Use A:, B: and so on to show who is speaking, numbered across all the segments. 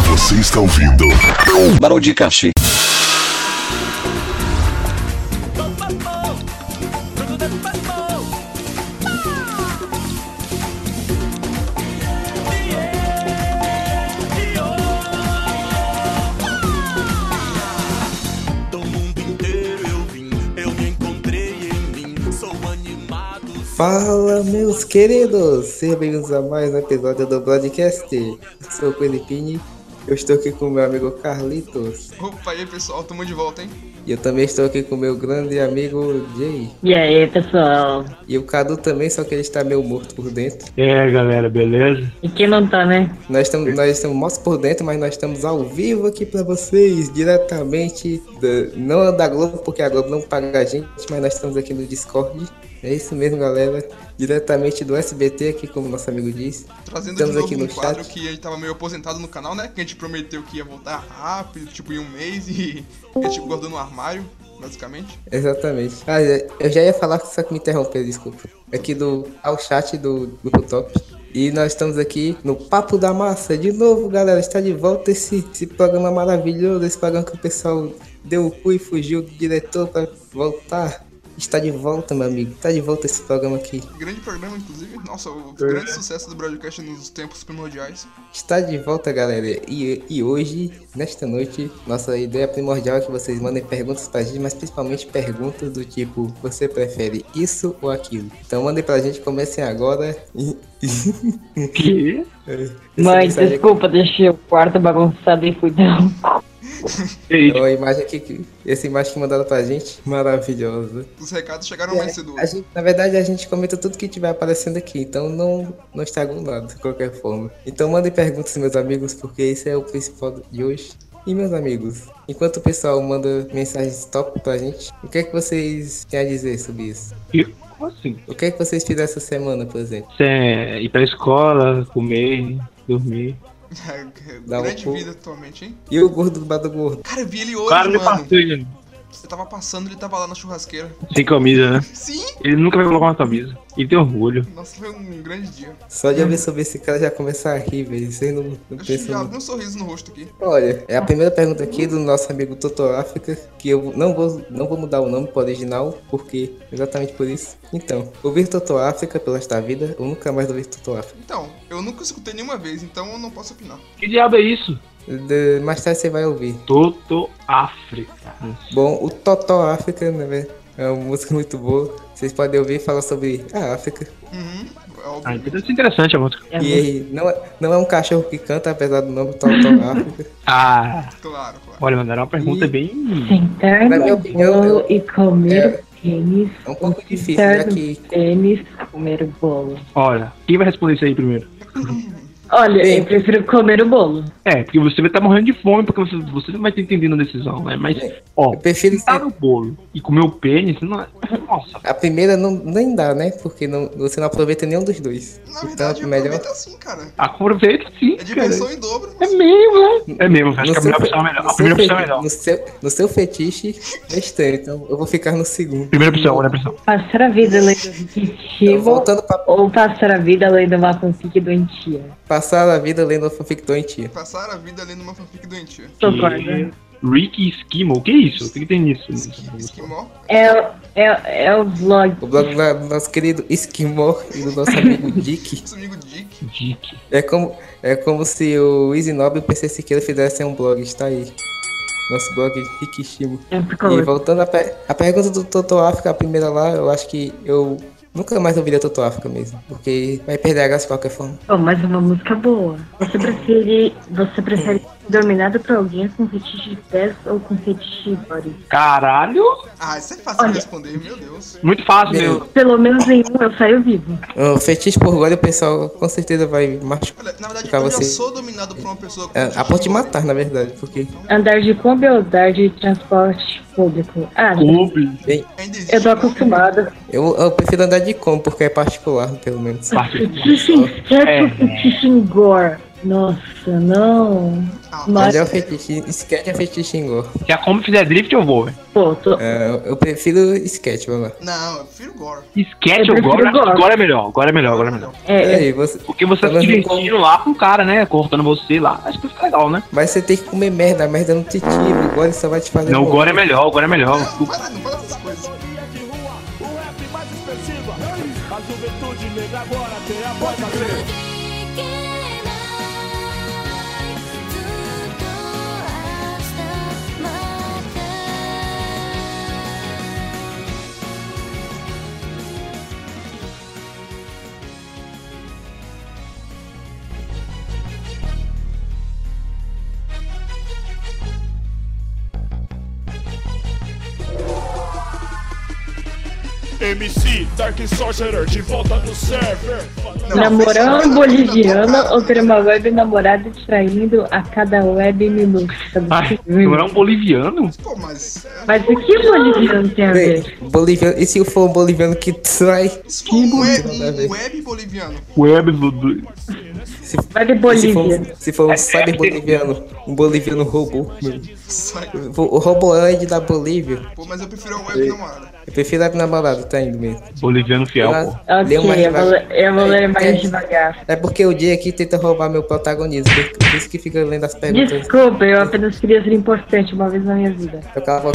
A: Você está ouvindo
B: Barão de Cachê.
C: Do mundo inteiro eu vim, eu me encontrei em mim. Sou animado,
D: Fala, meus queridos! Sejam bem-vindos a mais um episódio do Broadcast. Eu sou o Felipinho, eu estou aqui com meu amigo Carlitos
E: Opa, e aí pessoal, tamo de volta, hein?
D: e eu também estou aqui com meu grande amigo Jay.
F: E aí, pessoal?
D: E o Cadu também, só que ele está meio morto por dentro.
G: E aí, galera, beleza?
F: E quem não tá, né?
D: Nós estamos, nós estamos mortos por dentro, mas nós estamos ao vivo aqui para vocês, diretamente da, não da Globo, porque a Globo não paga a gente, mas nós estamos aqui no Discord. É isso mesmo, galera. Diretamente do SBT, aqui como nosso amigo diz.
E: Trazendo
D: Estamos
E: de novo
D: aqui
E: um
D: no
E: quadro
D: chat.
E: que a gente tava meio aposentado no canal, né? Que a gente prometeu que ia voltar rápido, tipo em um mês, e a gente guardou no armário, basicamente.
D: Exatamente. Ah, é, eu já ia falar, só que me interromper, desculpa. Aqui do ao chat do Grupo Top. E nós estamos aqui no Papo da Massa. De novo, galera, está de volta esse, esse programa maravilhoso, esse programa que o pessoal deu o cu e fugiu do diretor para voltar. Está de volta, meu amigo. Está de volta esse programa aqui.
E: Grande programa, inclusive. Nossa, o grande
D: é.
E: sucesso do broadcast nos tempos primordiais.
D: Está de volta, galera. E, e hoje, nesta noite, nossa ideia primordial é que vocês mandem perguntas pra gente, mas principalmente perguntas do tipo: você prefere isso ou aquilo? Então mandem pra gente, comecem agora. E- É,
G: Que?
D: Essa
F: Mãe,
D: mensagem-
B: é
F: desculpa, deixei o quarto bagunçado e fui dar um cu.
G: E
D: Então, a imagem aqui, que- essa imagem que mandaram pra gente, maravilhosa.
E: Os recados chegaram
D: É,
E: mais cedo.
D: a gente- na verdade, a gente comenta tudo que tiver aparecendo aqui, então não, não estraga nada, de qualquer forma. Então mandem perguntas, meus amigos, porque esse é o principal de hoje. E meus amigos, enquanto o pessoal manda mensagens top pra gente, o que é que vocês têm a dizer sobre isso?
G: que? Como assim?
D: O que é que vocês fizeram essa semana, por exemplo?
G: Você é ir pra escola, comer, dormir.
D: Dá um
E: É, grande
D: cu.
E: vida atualmente, hein?
D: E o gordo do Bado Gordo?
E: Cara, eu vi ele hoje,
G: Claro, ele
E: mano.
G: passeio.
E: Você tava passando, ele tava lá na churrasqueira.
G: Sem camisa, né?
E: Sim!
G: Ele nunca vai colocar uma camisa. Ele tem orgulho.
E: Nossa, foi um grande dia.
D: Só de eu ver sobre esse cara já começar a rir, velho. Vocês não, não
E: Eu já
D: pensam.
E: abri um sorriso no rosto aqui.
D: Olha, é a primeira pergunta aqui do nosso amigo Totor África, que eu não vou, não vou mudar o nome pro original, porque exatamente por isso. Então, ouvir Totor África pela esta vida, eu nunca mais ouvi Totor África.
E: Então, eu nunca escutei nenhuma vez, então eu não posso opinar.
G: Que diabo é isso?
D: De- mais tarde você vai ouvir.
G: Toto África.
D: Bom, o Totó África, né, velho? É uma música muito boa. Vocês podem ouvir e falar sobre a África.
E: Uhum, é
G: Ah,
E: óbvio.
G: então deve ser interessante a música.
F: É
D: E
F: muito-
D: aí, não é, não é um cachorro que canta, apesar do nome Totó África.
G: Ah,
E: Claro, claro.
G: olha, mandaram uma pergunta
D: E-
G: bem.
F: Sentar
D: Na minha
F: no
D: opinião,
F: bolo e comer
D: é-
F: tênis,
D: É um pouco difícil, já que
F: tênis, comer o bolo.
G: Olha, quem vai responder isso aí primeiro?
F: Olha,
D: Bem-
F: eu prefiro comer o bolo.
G: É, porque você vai estar morrendo de fome, porque você, você não vai estar entendendo a decisão, né? Mas, ó,
D: eu prefiro
G: sentar
D: ser.
G: no bolo e comer o pênis, não é. Nossa,
D: A primeira não, nem dá, né? Porque não, você não aproveita nenhum dos dois.
E: Na
D: então,
E: verdade, eu
D: melhor.
E: aproveito assim, cara.
G: aproveita sim,
E: É
G: cara.
E: dimensão em dobro.
G: É mesmo, né? É mesmo, acho que
D: seu
G: a melhor
D: fe-
G: opção é melhor.
D: no
G: A primeira
D: seu
G: opção é
D: fe-
G: melhor.
D: No seu, no seu fetiche é estranho, então eu vou ficar no segundo.
G: Primeira opção, né? olha a opção.
F: Passar a vida além do
D: Então,
F: objetivo
D: voltando pra
F: ou passar a vida além de uma fanfic doentia.
D: passar a vida lendo uma fanfic doentia.
E: Passar a vida lendo uma fanfic doentia.
B: né?
F: Concorda?
G: Ricky Esquimo, o que é isso? O que, que tem nisso?
E: Esqui- Esquimó.
F: É, é, é o vlog.
D: O blog da- do nosso querido Esquimó e do nosso amigo Dick.
E: Nosso amigo Dick.
G: Dick.
D: É como, é como se o Easy Nobre e o PC Siqueira fizessem um blog, está aí. Nosso blog Rikishimo. E voltando à per- a pergunta do Toto África, a primeira lá, eu acho que eu nunca mais ouviria Toto África mesmo. Porque vai perder a graça de qualquer forma.
F: Bom, mas Oh, uma música boa. Você prefere, você prefere ser dominado por alguém com fetiche de pés ou com fetiche de body?
G: Caralho!
E: Ah, isso é fácil de
F: Olha.
E: responder, meu Deus.
G: Muito fácil,
D: Bem.
G: meu.
F: Pelo menos em um eu saio vivo.
D: O fetiche por gole, o pessoal com certeza vai machucar.
E: Olha, na verdade,
D: Pra
E: eu
D: você-
E: já sou dominado por uma pessoa com
D: É,
E: fetiche
D: a ponto de
E: bola.
D: matar, na verdade, porque
F: Andar de Kombi ou andar de transporte público? Ah,
G: Clube.
E: Ainda existe,
F: eu tô
E: né?
F: acostumada.
D: eu, eu prefiro andar de combo, porque é particular, pelo menos.
G: Parte-
F: Fetiche em sexo,
G: É.
F: fetiche em gore.
B: Nossa, não.
E: Ah,
D: Mas é o
B: Nossa,
D: fetiche, sketch é fetiche em gol.
G: Se a Kombi fizer drift, eu vou, velho.
B: pô, tô...
D: É, eu prefiro sketch, vamos lá.
E: Não, eu prefiro Gore.
G: Sketch
B: Eu
G: ou
B: prefiro
G: Gore? Acho que
B: Gore.
G: Gore é melhor, Gore é melhor, Gore é melhor.
B: é,
D: E aí, você,
G: Porque você tá
D: Pelo
G: se
D: menos não
G: divertindo lá com o cara, né? Cortando você lá. Acho que fica legal, né?
D: mas você tem que comer merda, a merda não te tira, o gore só vai te fazer
G: Não, o
D: mal.
G: Gore é melhor, o Gore é melhor.
E: Não, para, não fala essas coisas.
H: MC Dark Sorcerer de volta no server.
E: Não,
B: namorando
E: não, não,
B: boliviana
E: não,
B: ou ter uma web namorada traindo a cada web minuto. sabe?
G: Ai,
B: Hum.
G: não é um boliviano?
E: Pô, mas. é,
B: Mas o que boliviano tem a
D: Bem,
B: ver?
D: Boliviano, e se for um boliviano que né, trai?
E: Se for um web,
D: nada a ver.
E: um web boliviano.
G: Web do- do-
B: Vai de
D: E Se for,
B: Bolívia.
D: um- se for um
G: É,
D: cyber
G: é,
D: boliviano, um boliviano robô,
E: sai.
D: o Roboand da Bolívia,
E: Pô, mas eu prefiro a web namorada.
D: eu prefiro a namorada, tá indo mesmo.
G: boliviano fiel,
D: Tá.
G: pô.
D: Deu uma
B: Ok, eu vou,
D: rima-
B: eu vou ler
D: É,
B: mais devagar.
D: É porque o dia aqui tenta roubar meu protagonismo, por isso que fica lendo as perguntas.
B: Desculpa, eu apenas queria ser importante uma vez na minha vida.
D: Eu tava-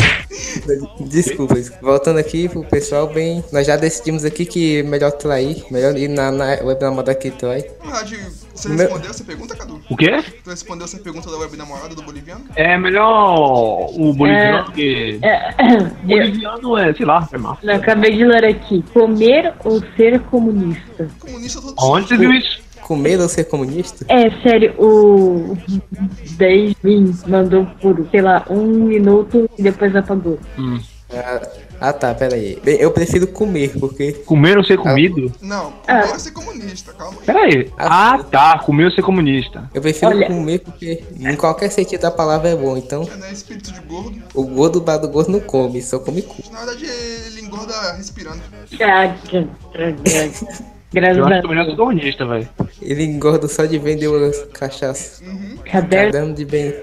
D: Desculpa, voltando aqui pro pessoal, bem, nós já decidimos aqui que é melhor trair, melhor ir na, na web namorada que trai.
E: Na verdade, você
D: Meu-
E: respondeu essa pergunta, Cadu?
G: O quê?
E: Tu respondeu essa pergunta da web namorada do boliviano?
G: É melhor o boliviano
B: É.
G: porque.
B: É, eu,
G: Boliviano é, sei lá, é massa.
B: eu acabei de ler aqui. Comer ou ser comunista?
E: Comunista todo
G: Onde você viu isso?
D: Comer ou ser comunista?
B: É, sério, o 10 mim mandou por, sei lá, um minuto e depois apagou.
D: Ah, ah, tá, pera aí. Bem, eu prefiro comer, porque
G: Comer ou ser comido?
E: Não,
B: Ah.
E: agora você é comunista, calma aí.
G: Pera aí. Ah, tá. Comer ou ser comunista.
D: eu prefiro
B: Olha.
D: comer porque em qualquer sentido da palavra é bom, então
E: Não é espírito de gordo.
D: o gordo bar do gordo não come, só come cu.
E: Na verdade, ele engorda respirando.
B: Graças
G: Eu acho que é melhor ser comunista, velho.
D: Ele engorda só de vender umas cachaças.
E: Uhum.
B: Caderno
D: Caderno de bem.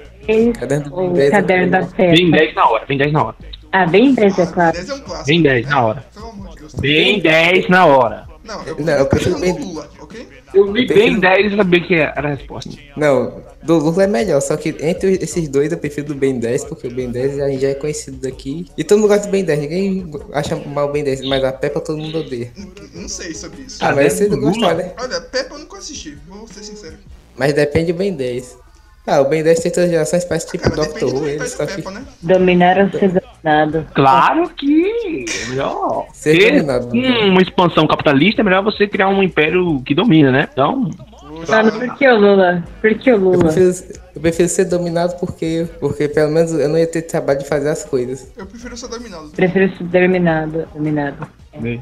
D: Caderno né? do
B: ou
D: Bem-
B: caderno da
G: Vem
B: festa?
G: 10 na hora, vem 10 na hora.
B: Ah, bem 10, é claro.
E: 10 é um clássico.
G: Vem 10 na hora.
E: Pelo amor de Deus.
G: Bem 10 na hora.
E: Não, eu,
D: Não, eu prefiro
E: prefiro
D: bem-
E: do Lula, ok?
G: Eu li bem 10 e sabia que era a resposta.
D: Não, do Lula é melhor, só que entre esses dois eu prefiro do Ben 10, porque o Ben 10 já, já é conhecido daqui. E todo mundo gosta do Ben 10, ninguém acha mal o Ben 10, mas a Peppa todo mundo odeia.
E: Não, não sei sobre isso.
G: Ah,
D: Ah, mas você
G: do
D: não gosta,
G: Lula?
D: né?
E: Olha, Peppa eu nunca assisti, vou ser sincero.
D: Mas depende do Ben 10. Ah, o Ben 10 tem todas as gerações, parece tipo
E: Cara,
D: Doctor
E: depende do
D: Who,
E: que
D: ele
E: faz
D: só
E: a
D: que
E: Peppa, né?
B: Dominar ou ser dominado?
G: Claro que é melhor.
D: Ser
G: ter um,
D: dominado.
G: uma expansão capitalista, é melhor você criar um império que domina, né? Então,
B: Mano, Ah, por que o Lula? Por que o
D: Eu
B: Lula?
D: prefiro, eu prefiro ser dominado porque, porque pelo menos eu não ia ter trabalho de fazer as coisas.
E: Eu prefiro ser dominado.
B: Prefiro ser dominado. dominado.
G: É.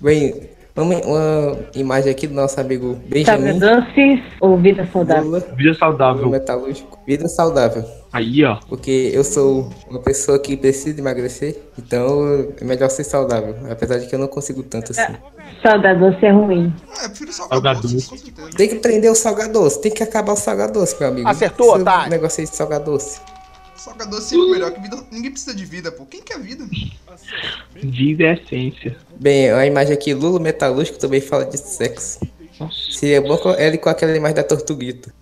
D: Bem, vamos uma imagem aqui do nosso amigo
B: Sabe
D: Benjamin
B: doces ou vida saudável?
D: Lula,
G: vida saudável.
D: metalúrgico. Vida saudável.
G: Aí, ó.
D: Porque eu sou uma pessoa que precisa emagrecer, então é melhor ser saudável. Apesar de que eu não consigo tanto assim.
B: Saudade doce é ruim.
E: Ah, eu prefiro
G: Salgado
E: salgado doce, com certeza.
D: Tem que prender o salgado doce, tem que acabar o salgado doce, meu amigo. Acertou, tá? negócio aí de salgado doce.
E: Salgado doce é o melhor, que vida... ninguém precisa de vida, pô. Quem quer vida?
G: Diz a essência.
D: Bem, a imagem aqui, Lula metalúrgico também fala de sexo.
G: Nossa.
D: Seria bom com ele com aquela imagem da tortuguita.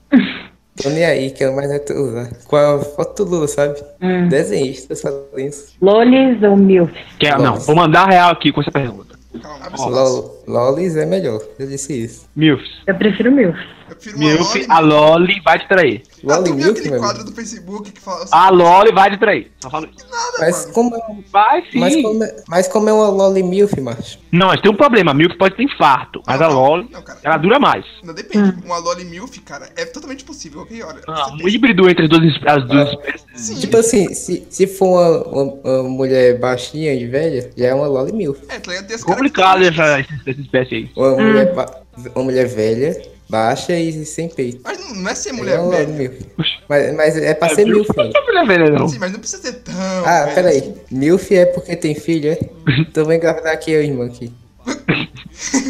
D: Tô nem aí, quero mais é tu usar. Com a foto do Lula, sabe?
B: Hum.
D: Desenhistas fazem isso.
B: Lolis ou milf?
G: Quer, não, vou mandar real aqui com essa pergunta.
E: Calma,
G: Ó.
D: Lol, Lolis é melhor, eu disse isso.
G: Milfs.
B: Eu prefiro milf.
E: eu prefiro uma
G: Milf,
E: Loli.
G: a Loli vai te trair.
E: Ah,
D: Loli
E: tu viu
D: Milk,
E: aquele
D: meu
E: quadro
D: amigo.
E: do Facebook que fala assim,
G: A Loli vai te trair. Só falo isso.
D: Mas como, é-
G: Vai sim.
D: mas, como, é- mas como é uma Loli Milf, macho?
G: Não, mas tem um problema. A Milf pode ter infarto. Mas é a Loli,
E: Não, cara.
G: ela dura mais.
E: Não depende.
D: Hum.
E: Uma Loli Milf, cara, é totalmente possível. Ok, olha.
G: Ah,
E: você
G: um híbrido entre as duas, esp- as duas espécies.
E: Sim,
D: Tipo assim, se, se for uma, uma- uma mulher baixinha e velha, já é uma Loli Milf.
E: é, tu ia ter as
G: Complicado
E: características.
G: essa, essa espécie aí.
D: Uma, mulher, ba- uma mulher velha, baixa e sem peito.
E: Mas não, não é ser
D: É
E: mulher
D: uma Loli
E: velha.
D: Milf. Mas, mas é pra
G: É,
D: ser
G: Milf
D: Milf,
G: não
D: mano.
G: é mulher velha, não.
E: Sim, mas não precisa ser tão.
D: Ah,
E: velha assim.
D: peraí. Milf é porque tem filho, é? Então vou engravidar aqui eu, irmã, aqui.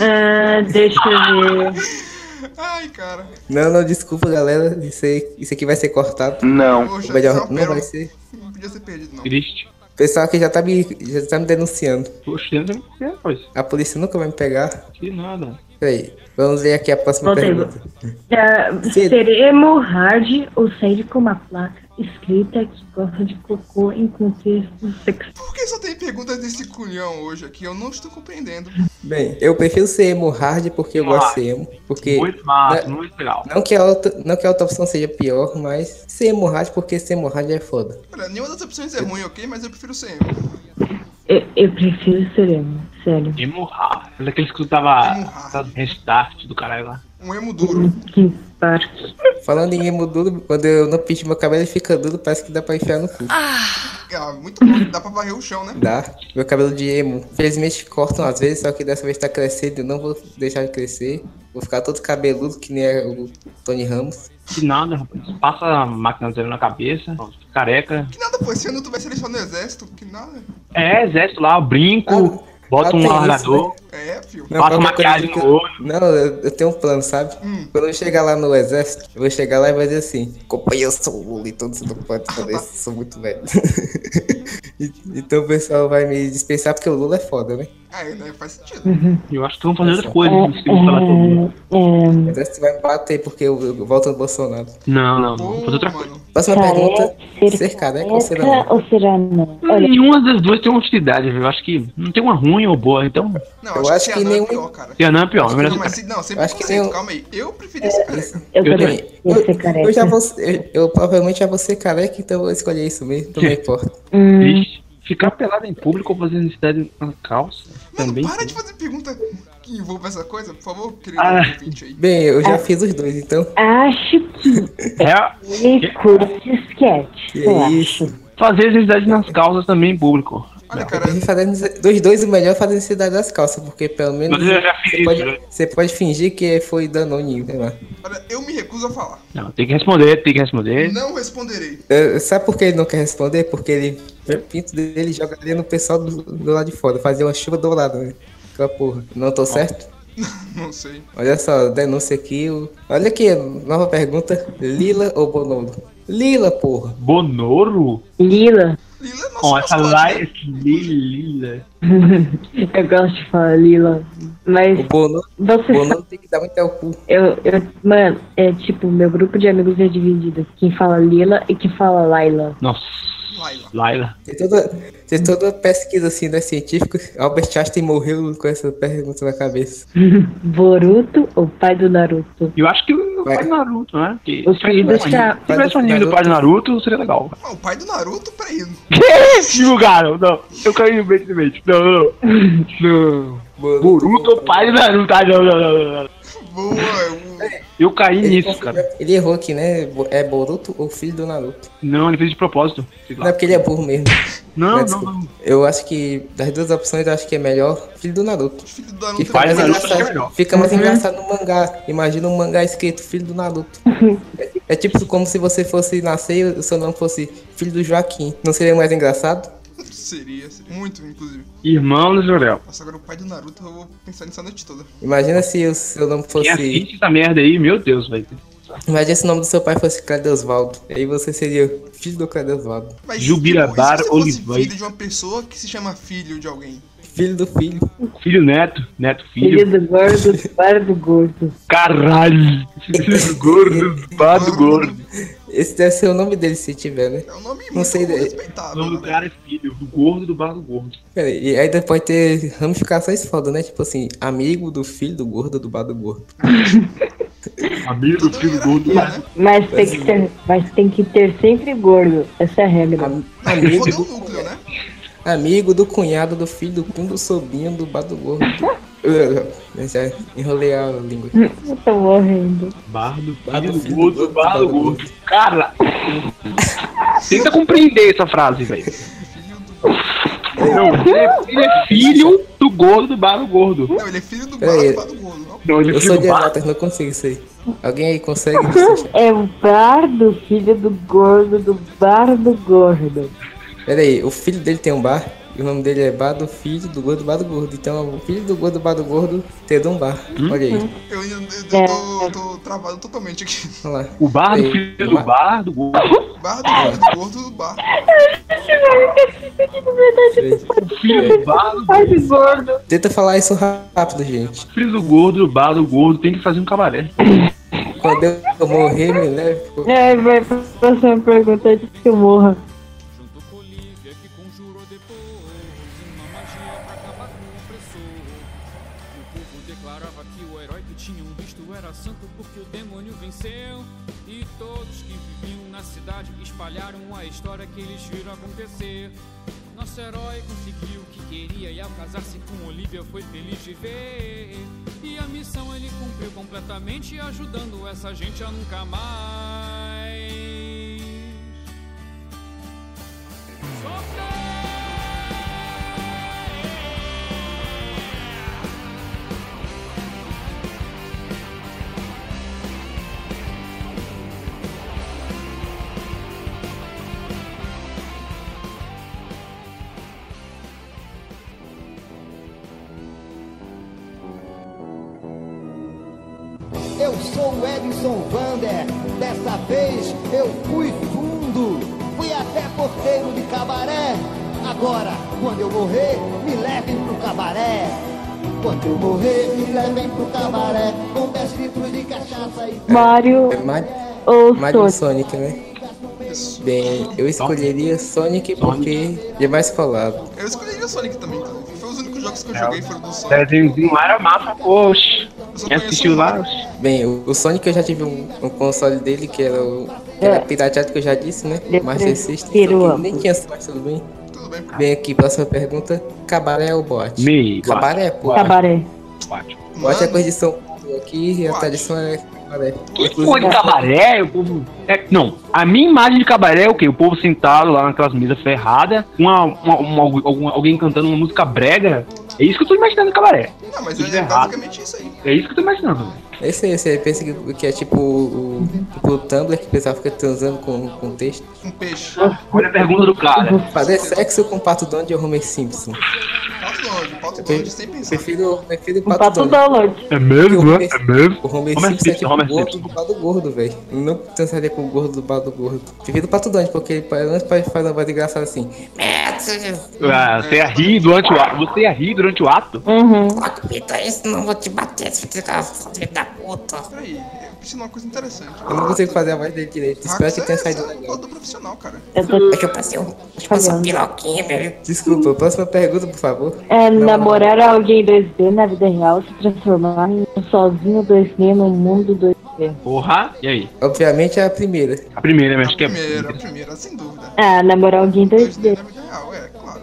B: Ah, deixa eu ver.
E: Ai, cara.
D: Não, não, desculpa, galera. Isso, aí- isso aqui vai ser cortado.
B: Não.
E: Poxa,
D: Melhor,
E: Hum. só um
D: não
E: pérola.
D: vai ser.
E: Não podia ser perdido, não.
G: Triste.
D: O pessoal aqui já tá me, já tá me denunciando.
G: Poxa, não sei o que é, pois.
D: A polícia nunca vai me pegar.
G: Que nada.
D: Peraí, vamos ver aqui a próxima
F: Rodrigo.
D: pergunta.
F: Já
D: Sim.
F: Serei hemorragia ou sair com uma placa escrita que gosta de cocô em contexto sexual.
E: Por que só tem perguntas desse culhão hoje aqui? Eu não estou compreendendo.
D: Bem, eu prefiro ser emo hard porque eu
G: Emo
D: gosto de ser emo. Porque
G: Muito massa, muito legal.
D: não que, a outra, não que a outra opção seja pior, mas ser emo hard porque ser emo hard é foda.
E: Olha, nenhuma das opções é ruim, ok? Mas eu prefiro ser eu.
F: Eu, eu prefiro ser emo, sério.
G: Emurrar. Era aquele é que escutava
E: Emurrar.
G: essa restart do caralho lá.
E: Um emo duro.
F: Que parque.
D: Falando em emo duro, quando eu não pinto meu cabelo ele fica duro, parece que dá pra enfiar no cu.
E: Ah, muito bom. Dá pra varrer o chão, né?
D: Dá. Meu cabelo de emo. Infelizmente cortam às vezes, só que dessa vez tá crescendo. Eu não vou deixar de crescer. Vou ficar todo cabeludo, que nem é o Tony Ramos.
G: Que nada, rapaz. Passa a máquina zero na cabeça, pronto, careca.
E: Que nada, pô. Esse ano tu vai selecionar no exército. Que nada.
G: É, exército lá, brinco,
D: Ah, ah,
G: bota
D: tem
G: um
D: isso,
G: largador.
E: É, filho.
D: Não,
G: Passa
D: qualquer
G: maquiagem
D: coisa
G: no
D: que eu- Não, eu, eu tenho um plano, sabe?
E: Hum.
D: Quando eu chegar lá no exército, eu vou chegar lá e vai dizer assim: companheiro, eu sou o Lula e todos não podem fazer isso, sou muito velho. E- então o pessoal vai me dispensar porque o Lula é foda, né?
E: Aí, né? Faz sentido.
G: Eu acho que vão fazer outra
F: É,
G: coisa. não sei um- se falar sobre isso.
D: O
F: é,
D: exército vai me bater porque eu, eu volto no Bolsonaro.
G: Não, não, vamos
E: Pô,
G: fazer outra coisa.
E: mano.
D: Próxima
F: tá,
D: pergunta: né?
F: é,
D: ser careca ou ser anão?
F: careca ou ser anão? Olha,
G: Nenhuma das duas tem uma utilidade, viu? Eu acho que não tem uma ruim ou boa, então.
E: Não,
D: Eu
E: acho,
D: acho
E: que,
D: que
E: ser anão
D: nenhum-
E: é pior, cara.
G: Se a não é pior, é melhor
E: Não,
G: ser
E: mas
G: careca.
E: se- não, sempre
D: Eu acho que
E: conceito,
D: eu-
E: calma aí. Eu preferia ser careca.
F: eu
G: eu
F: também
D: Bem,
F: prefiro ser
D: eu, eu já
F: careca.
D: vou, eu, eu provavelmente já vou ser careca, então eu vou escolher isso mesmo, não me importa.
F: Hum,
G: Vixe, Ficar pelado em público ou fazer necessidade na calça
E: Mano,
G: também.
E: para de fazer pergunta que envolva essa coisa, por favor, querido
G: Ah.
E: ouvinte aí.
D: Bem, eu
F: Ah.
D: já fiz os dois, então.
F: acho que
G: É
F: ele curte sketch.
D: Que
F: eu acho.
D: isso.
G: fazer necessidade nas calças também em público.
E: Olha,
G: Não.
E: cara,
D: Eu fazendo dos dois, o melhor é fazer necessidade das calças, porque pelo menos
G: Mas eu já fiz
D: você
G: isso, né?
D: pode,
G: já.
D: você pode fingir que foi danoninho, sei lá.
E: olha, eu me recuso a falar.
G: Não, tem que responder, tem que responder.
E: Não responderei.
D: Eh, Sabe por que ele não quer responder? Porque ele
G: É.
D: o pinto dele jogaria no pessoal do, do lado de fora, fazia uma chuva dourada, né? Aquela porra. Não tô certo?
E: Não sei.
D: Olha só, denúncia aqui. o- Olha aqui, nova pergunta. Lila ou Bonolo? Lila, porra.
G: Bonoro?
F: Lila.
E: Lila é nosso
G: Ó, essa
E: mascote,
G: lá
E: né?
G: é lila.
F: Eu gosto de falar Lila. Mas
D: O Bonolo,
F: você
D: Bonolo tem que dar muito ao cu.
F: Eu, eu, mano, é tipo, meu grupo de amigos é dividido. Quem fala Lila e quem fala Laila.
G: Nossa.
E: Laila.
G: Laila.
D: Tem toda, tem toda pesquisa assim, né, científica. Albert Einstein morreu com essa pergunta na cabeça.
F: Boruto ou pai do Naruto?
G: Eu acho que o
D: Vai.
G: pai do Naruto, né? Que
F: Eu sei,
G: se tivesse um
F: deixa-
D: tá,
G: anime- se tivesse um anime do pai do Naruto, seria legal.
E: Ah, o pai do Naruto, peraí.
G: Que isso, julgaram? Não, eu caí no meio do meio. Não, não, não. Boruto, o pai do Naruto. Ah, não, não, não, não, não.
E: Boa, é
D: É.
E: o-
G: Eu caí
D: Ele tá
G: nisso,
D: confirma-
G: cara.
D: Ele errou aqui, né? Bo- É Boruto ou filho do Naruto?
G: Não, ele fez de propósito. Sei
D: Não é
G: lá.
D: porque ele é burro mesmo. Mas,
G: Não, não,
D: desculpa.
G: não.
D: Eu acho que, das duas opções, eu acho que é melhor filho do Naruto.
E: o filho do Naruto
D: Que
E: é
D: fica
G: Pai do
D: mais
E: mais
G: Naruto, acho que é
D: engraçado.
G: melhor.
D: fica mais
F: Uhum.
D: engraçado no mangá. Imagina um mangá escrito filho do Naruto. É, é tipo como se você fosse nascer e o seu nome fosse filho do Joaquim. Não seria mais engraçado?
E: engraçado. Seria, seria muito, inclusive.
G: Irmão do Jorel.
D: Tipo
E: Nossa, agora o pai do Naruto, eu vou pensar nisso a noite toda.
D: Imagina se o seu nome
G: Quem é
D: fosse.
G: assiste essa merda aí, meu Deus, velho.
D: Imagina se o nome do seu pai fosse Cladeuvaldo. Aí você seria filho do Cladeuvaldo.
E: Mas,
G: Jubirabar
E: se você fosse
G: Olivais.
E: filho de uma pessoa que se chama filho de alguém.
D: Filho do filho.
G: Filho neto, neto filho.
F: Filho do gordo, pai do gordo.
D: é
G: Caralho! Filho gordo, pá
D: Ah,
G: do gordo.
D: Esse deve ser o nome dele se tiver, né?
E: É um nome
D: Não
E: muito
D: sei daí.
G: O
E: respeitável.
G: nome do
E: né?
G: cara é filho, do gordo do bar do gordo.
D: Pera aí, e ainda pode ter ramificações foda, né? Tipo assim, amigo do filho do gordo do bar do gordo.
E: Então,
G: Amigo do filho do gordo.
E: Hierarquia, né?
F: Mas tem que ter, mas tem que ter sempre gordo. Essa é a regra.
D: Am-
E: Não,
D: amigo,
E: fodeu
D: do,
E: o núcleo, né?
D: amigo do cunhado do filho do cunho do sobrinho do bar do gordo. Eu já enrolei a língua.
F: Eu tô morrendo.
G: Bar do filho
D: Bar do
G: do
D: filho
G: gordo,
D: do gordo, bar
G: bar do
D: do
G: gordo. Cara! Tenta compreender essa frase, velho. Não, ele é- ele é filho do gordo do bar do gordo.
E: Não, ele é filho do
D: Peraí.
E: Bardo do Gordo. não?
G: Não, ele é
D: Eu sou
G: filho do
D: de
G: bar.
D: exatas, não consigo isso aí. Alguém aí consegue?
F: É o bar do filho do gordo, do bar do gordo.
D: Pera aí, o filho dele tem um bar? E o nome dele é Bado Filho do Gordo Bado Gordo. Então é o filho do Gordo Bado Gordo ter um bar.
G: Hum?
D: Olha aí.
E: Eu, eu, eu, tô, tô travado totalmente aqui.
D: Vamos lá.
G: O bar do
D: Ei,
G: filho
D: ma-
G: do bar, do gordo.
E: Barra do gordo, do gordo do bar.
G: Filho do bar, do gordo.
B: Ai, gordo.
D: Tenta falar isso rápido, gente.
G: Filho do gordo, do bar, do gordo. Tem que fazer um cabaré.
D: Quando eu morrer, me leve. pro-
B: É, vai passar uma pergunta antes que eu morra.
I: Eu sou o Edson Vander. Dessa vez eu fui fundo. Fui até porteiro de cabaré. Agora, quando eu morrer, me levem pro cabaré. Quando eu morrer, me levem pro cabaré. Com 10 litros de cachaça e.
B: Mario
D: É Mar-
B: ou
D: Mario e
B: Sonic?
D: Sonic, né? Bem,
G: Então.
D: eu escolheria Sonic porque ele é mais colado.
E: Eu escolhi o Sonic também, cara. Foi os únicos jogos que eu
G: É.
E: joguei, foram do Sonic.
G: Desenhozinho era massa, poxa.
E: Eu só
G: Quem
E: conheço
G: assistiu lá?
D: Bem, o, o Sonic eu já tive um, um console dele que era o. Que era
B: É.
D: pirateado que eu já disse, né?
B: Depois
D: Master System.
B: virou
D: só que
B: a-
D: Nem tinha Sonic, tudo bem.
E: Tudo bem,
D: Bem aqui, próxima pergunta. Cabaré ou bote?
G: Me.
D: Cabaré, pô.
B: Cabaré.
G: Que
D: Bote é
E: mano.
D: coisa de São Paulo aqui e a
E: Boate.
D: tradição é cabaré.
G: porra de cabaré? O povo. é, não, a minha imagem de cabaré é o quê? O povo sentado lá naquelas mesas ferradas, uma, uma- uma- algum- alguém cantando uma música brega. É isso que eu tô imaginando cabaré.
E: Não, mas
G: Tudo
E: é
G: errado.
E: basicamente isso aí.
G: É isso que eu tô imaginando. velho.
D: Esse aí, você pensa que, que é tipo o, o- tipo o Tumblr que o pessoal fica transando com, com texto.
E: Um peixe.
G: Olha a pergunta do cara.
D: Fazer sexo com o Pato Donald ou Homer Simpson?
E: Pato longe, pato longe, sem pensar.
D: Prefiro, prefiro o
B: Um
D: Pato,
B: pato
D: Donald.
B: Donald.
G: É
D: mesmo, é? É
G: É mesmo?
D: O Homer,
G: Homer
D: Simpson é
G: Simpson,
D: tipo
G: Homer
D: o gordo
G: Simpson.
D: do Pato Gordo, velho. Eu Não dançaria com o gordo do Pato Gordo. Prefiro o Pato Donald, porque ele parece faz uma voz engraçada assim.
G: Ah, você ia rir durante o ato. Você ia rir durante o ato?
B: Uhum.
E: Peraí, eu preciso de uma coisa interessante.
D: Eu não consigo fazer a voz dele direito. Espero que tenha
E: você,
D: saído
E: você é um
D: legal.
E: todo profissional, cara.
B: Eu tô
D: É que eu passei um.
B: falando.
D: É, Desculpa, próxima pergunta, por favor.
B: É namorar alguém 2D na vida real, se transformar em um sozinho 2D no mundo 2D.
G: Porra. E aí?
D: Obviamente é a primeira.
G: A primeira, né? acho
E: a
G: que é.
E: primeira, a primeira, sem dúvida.
B: Ah, namorar alguém 2D.
E: na vida real, é, claro.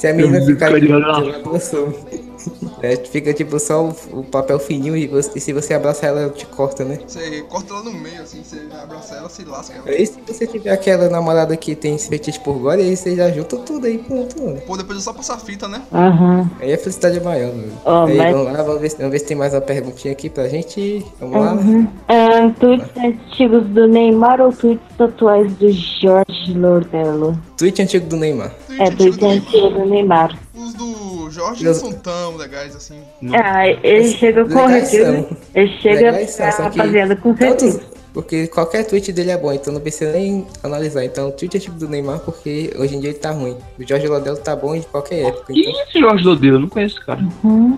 D: Se a menina
G: Eu
D: ficar
G: ficaria
D: de
G: lá.
D: relação, é, fica tipo só o, o papel fininho e, você- e se você abraçar ela, ela te corta, né?
E: Você corta ela no meio, assim, você abraça ela, se lasca ela.
D: Aí se você tiver aquela namorada que tem esse fetiche por gole, aí você já junta tudo aí, pronto, mano.
E: Pô, depois é só passar fita, né?
B: Aham.
D: Aí a felicidade é maior, mano.
B: Ó,
D: aí,
B: mas-
D: vamos lá, vamos ver, se- vamos ver se tem mais uma perguntinha aqui pra gente. Vamos lá.
B: Uhum. Ah, tweets antigos do Neymar ou tweets atuais do Jorge Lordello?
D: Tweet antigo do Neymar.
B: É, tweets antigos do Neymar.
E: Os do Jorge não
D: Meus-
E: são tão legais assim.
D: Hum.
B: Ah, ele chega
D: Legais
B: corrigido.
D: são.
B: Ele chega
D: Legais são, só que
B: fazendo com
D: tantos-
B: certeza.
D: Porque qualquer tweet dele é bom, então não precisa nem analisar. Então, tweet antigo do Neymar, porque hoje em dia ele tá ruim. O Jorge Lodel tá bom de qualquer época.
G: Que
D: Então,
G: isso, Jorge Lodeiro? Eu não conheço esse cara.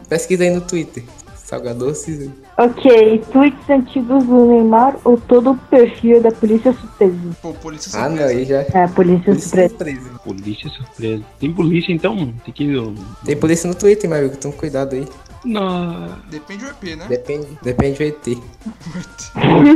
D: pesquisa aí no Twitter. Salgador Cisu.
B: Ok, é tweets antigos do Neymar ou todo o perfil da Polícia Surpresa?
E: Pô, polícia
D: Ah, não,
E: surpresa.
D: aí já.
B: É, Polícia Surpresa.
D: Surpresa.
G: Polícia surpresa. Tem polícia, então? Tem que.
D: Tem polícia no Twitter, meu amigo, então cuidado aí.
G: Não.
E: Depende do EP, né?
D: Depende, depende do ET.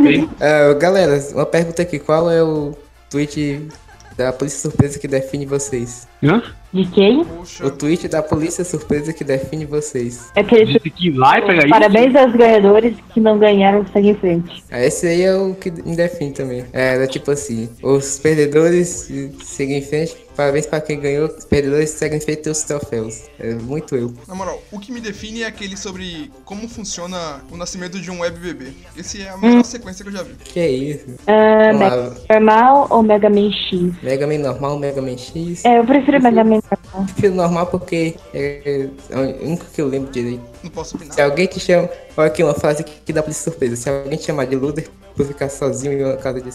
G: Tem-
D: Ah, galera, uma pergunta aqui: qual é o tweet da Polícia Surpresa que define vocês?
G: Hã?
B: De quem?
E: Poxa,
D: O tweet da Polícia Surpresa que define vocês.
B: É aquele
G: Disse que ir lá e pegar isso.
B: Parabéns aos ganhadores que não ganharam, segue em frente.
D: Ah, esse é aí é o que me define também. É, Era tipo assim: os perdedores seguem em frente Parabéns pra quem ganhou, os perdedores seguem feitos os troféus. É muito eu.
E: Na moral, o que me define é aquele sobre como funciona o nascimento de um web bebê. Esse é a melhor
D: Hum.
E: sequência que eu já vi.
D: Que é isso?
B: Ah,
D: Vamos
B: Mega
D: lá.
B: Normal ou Mega Man X?
D: Mega Man normal, Mega Man X.
B: É, eu prefiro Mega Man normal.
D: Prefiro normal porque é, é o único que eu lembro direito.
E: Não posso opinar.
D: Se alguém te chama. Olha aqui uma frase que, que dá pra de surpresa. Se alguém te chamar de Luder por ficar sozinho em uma casa de,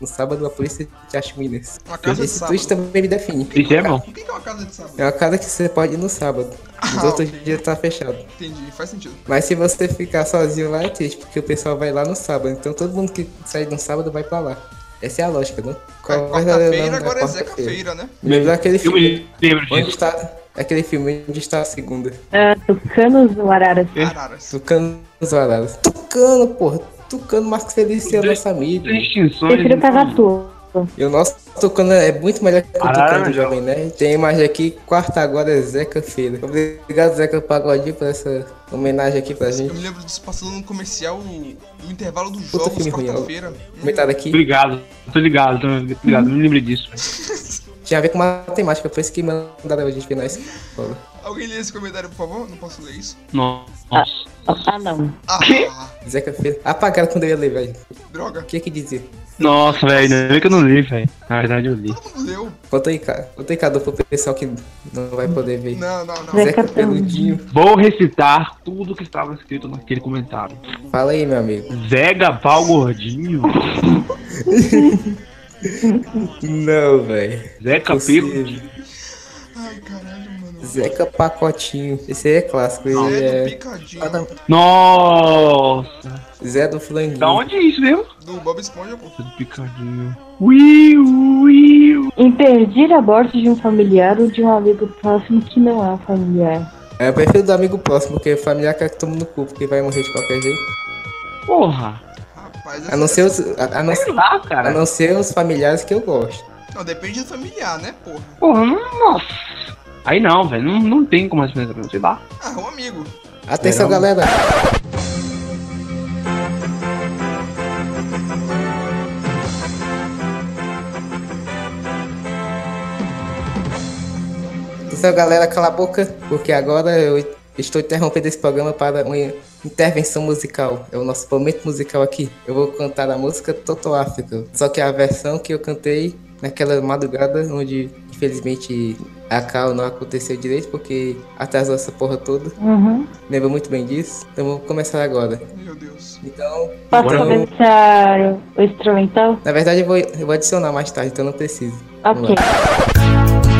D: no sábado, a polícia te acha um Winners.
E: Uma casa de
D: Esse
E: sábado.
D: tweet também me define.
G: Isso é bom.
E: O que que é uma casa de sábado?
D: É uma casa que você pode ir no sábado. Os
E: Ah,
D: outros
E: ok.
D: dias tá fechado.
E: Entendi, faz sentido.
D: Mas se você ficar sozinho lá é triste, porque o pessoal vai lá no sábado. Então todo mundo que sai no sábado vai pra lá. Essa é a lógica, né? Qual vai dar
E: Quarta-feira,
D: na
E: agora é
D: quarta-feira?
E: Zeca-feira, né?
D: Lembra aquele
G: Eu
D: filme?
G: me lembro
D: Onde
G: disso.
D: está. Aquele filme onde está a segunda.
B: Ah, Tucanos do Araras.
D: É.
E: Araras.
D: Tucano nos Varadas. Tucano, porra. Tucano, Marcos Felício é a nossa mídia.
G: Extinções. então,
B: Prefiro Cavatua.
D: E o nosso Tucano é muito melhor que o Tucano
G: Caralho,
D: do Jovem Nerd. Tem imagem aqui, quarta agora é Zeca Feira. Obrigado, Zeca Pagodinho, por essa homenagem aqui pra
E: Eu me
D: gente.
E: lembro disso passando no comercial no intervalo dos
D: Puta
E: jogos,
D: filme ruim,
E: quarta-feira. Hum,
D: Comentário aqui.
G: Obrigado, tô ligado, tô ligado, me lembrei disso.
D: Tinha a ver com matemática, por isso que mandaram a gente ver na escola.
E: Alguém lê esse comentário, por favor? Não posso ler isso.
G: Nossa.
B: Ah, não.
E: Ah,
D: Zeca Feira. Apagaram quando eu ia ler, velho.
E: droga.
D: O que é que dizia?
G: Nossa, velho, ainda bem que eu não li, velho. Na verdade eu li.
E: Todo mundo leu.
D: Conta aí, cara. Conta aí, Cadu, pro pessoal que não vai poder ver.
E: Não, não, não.
D: Zeca
B: Zeca
D: Peludinho.
G: Vou recitar tudo que estava escrito naquele comentário.
D: Fala aí, meu amigo.
G: Zega Pau Gordinho,
D: Não, velho.
G: Zeca Peludinho.
E: Ai, caralho, mano.
D: Zeca Pacotinho. Esse aí é clássico. Ele
E: É do
D: é.
E: Picadinho,
D: Ah, não.
G: um. Nossa.
D: Zé do Flanguinho.
G: Da onde é isso mesmo?
E: do Bob Esponja, pô.
G: Do Picadinho. Will, Will.
B: Impedir aborto de um familiar ou de um amigo próximo que não é um familiar.
D: É, eu prefiro do amigo próximo, porque familiar quer que toma no cu, porque vai morrer de qualquer jeito.
G: Porra.
E: Rapaz,
D: A não
E: essa-
D: ser os, a, a não,
G: Sei lá,
D: a
G: tá, cara.
D: não ser os familiares que eu gosto.
E: assim, Não, depende do familiar, né, porra?
G: Porra, não- nossa. Aí não, velho, não, não tem como mais pensar, sei lá.
E: Ah, um amigo.
D: Atenção,
G: Será?
D: galera. Atenção, galera, cala a boca, porque agora eu estou interrompendo esse programa para uma intervenção musical. É o nosso momento musical aqui. Eu vou cantar a música Toto África, só que é a versão que eu cantei naquela madrugada onde, infelizmente, a Cal não aconteceu direito porque atrasou essa porra toda.
B: Uhum.
D: Lembra muito bem disso? Então vamos começar agora.
E: Meu Deus.
D: Então,
B: Posso
G: Bora.
B: começar o instrumental?
D: na verdade eu vou, eu vou adicionar mais tarde, então não precisa. Vamos
B: Ok.
D: lá.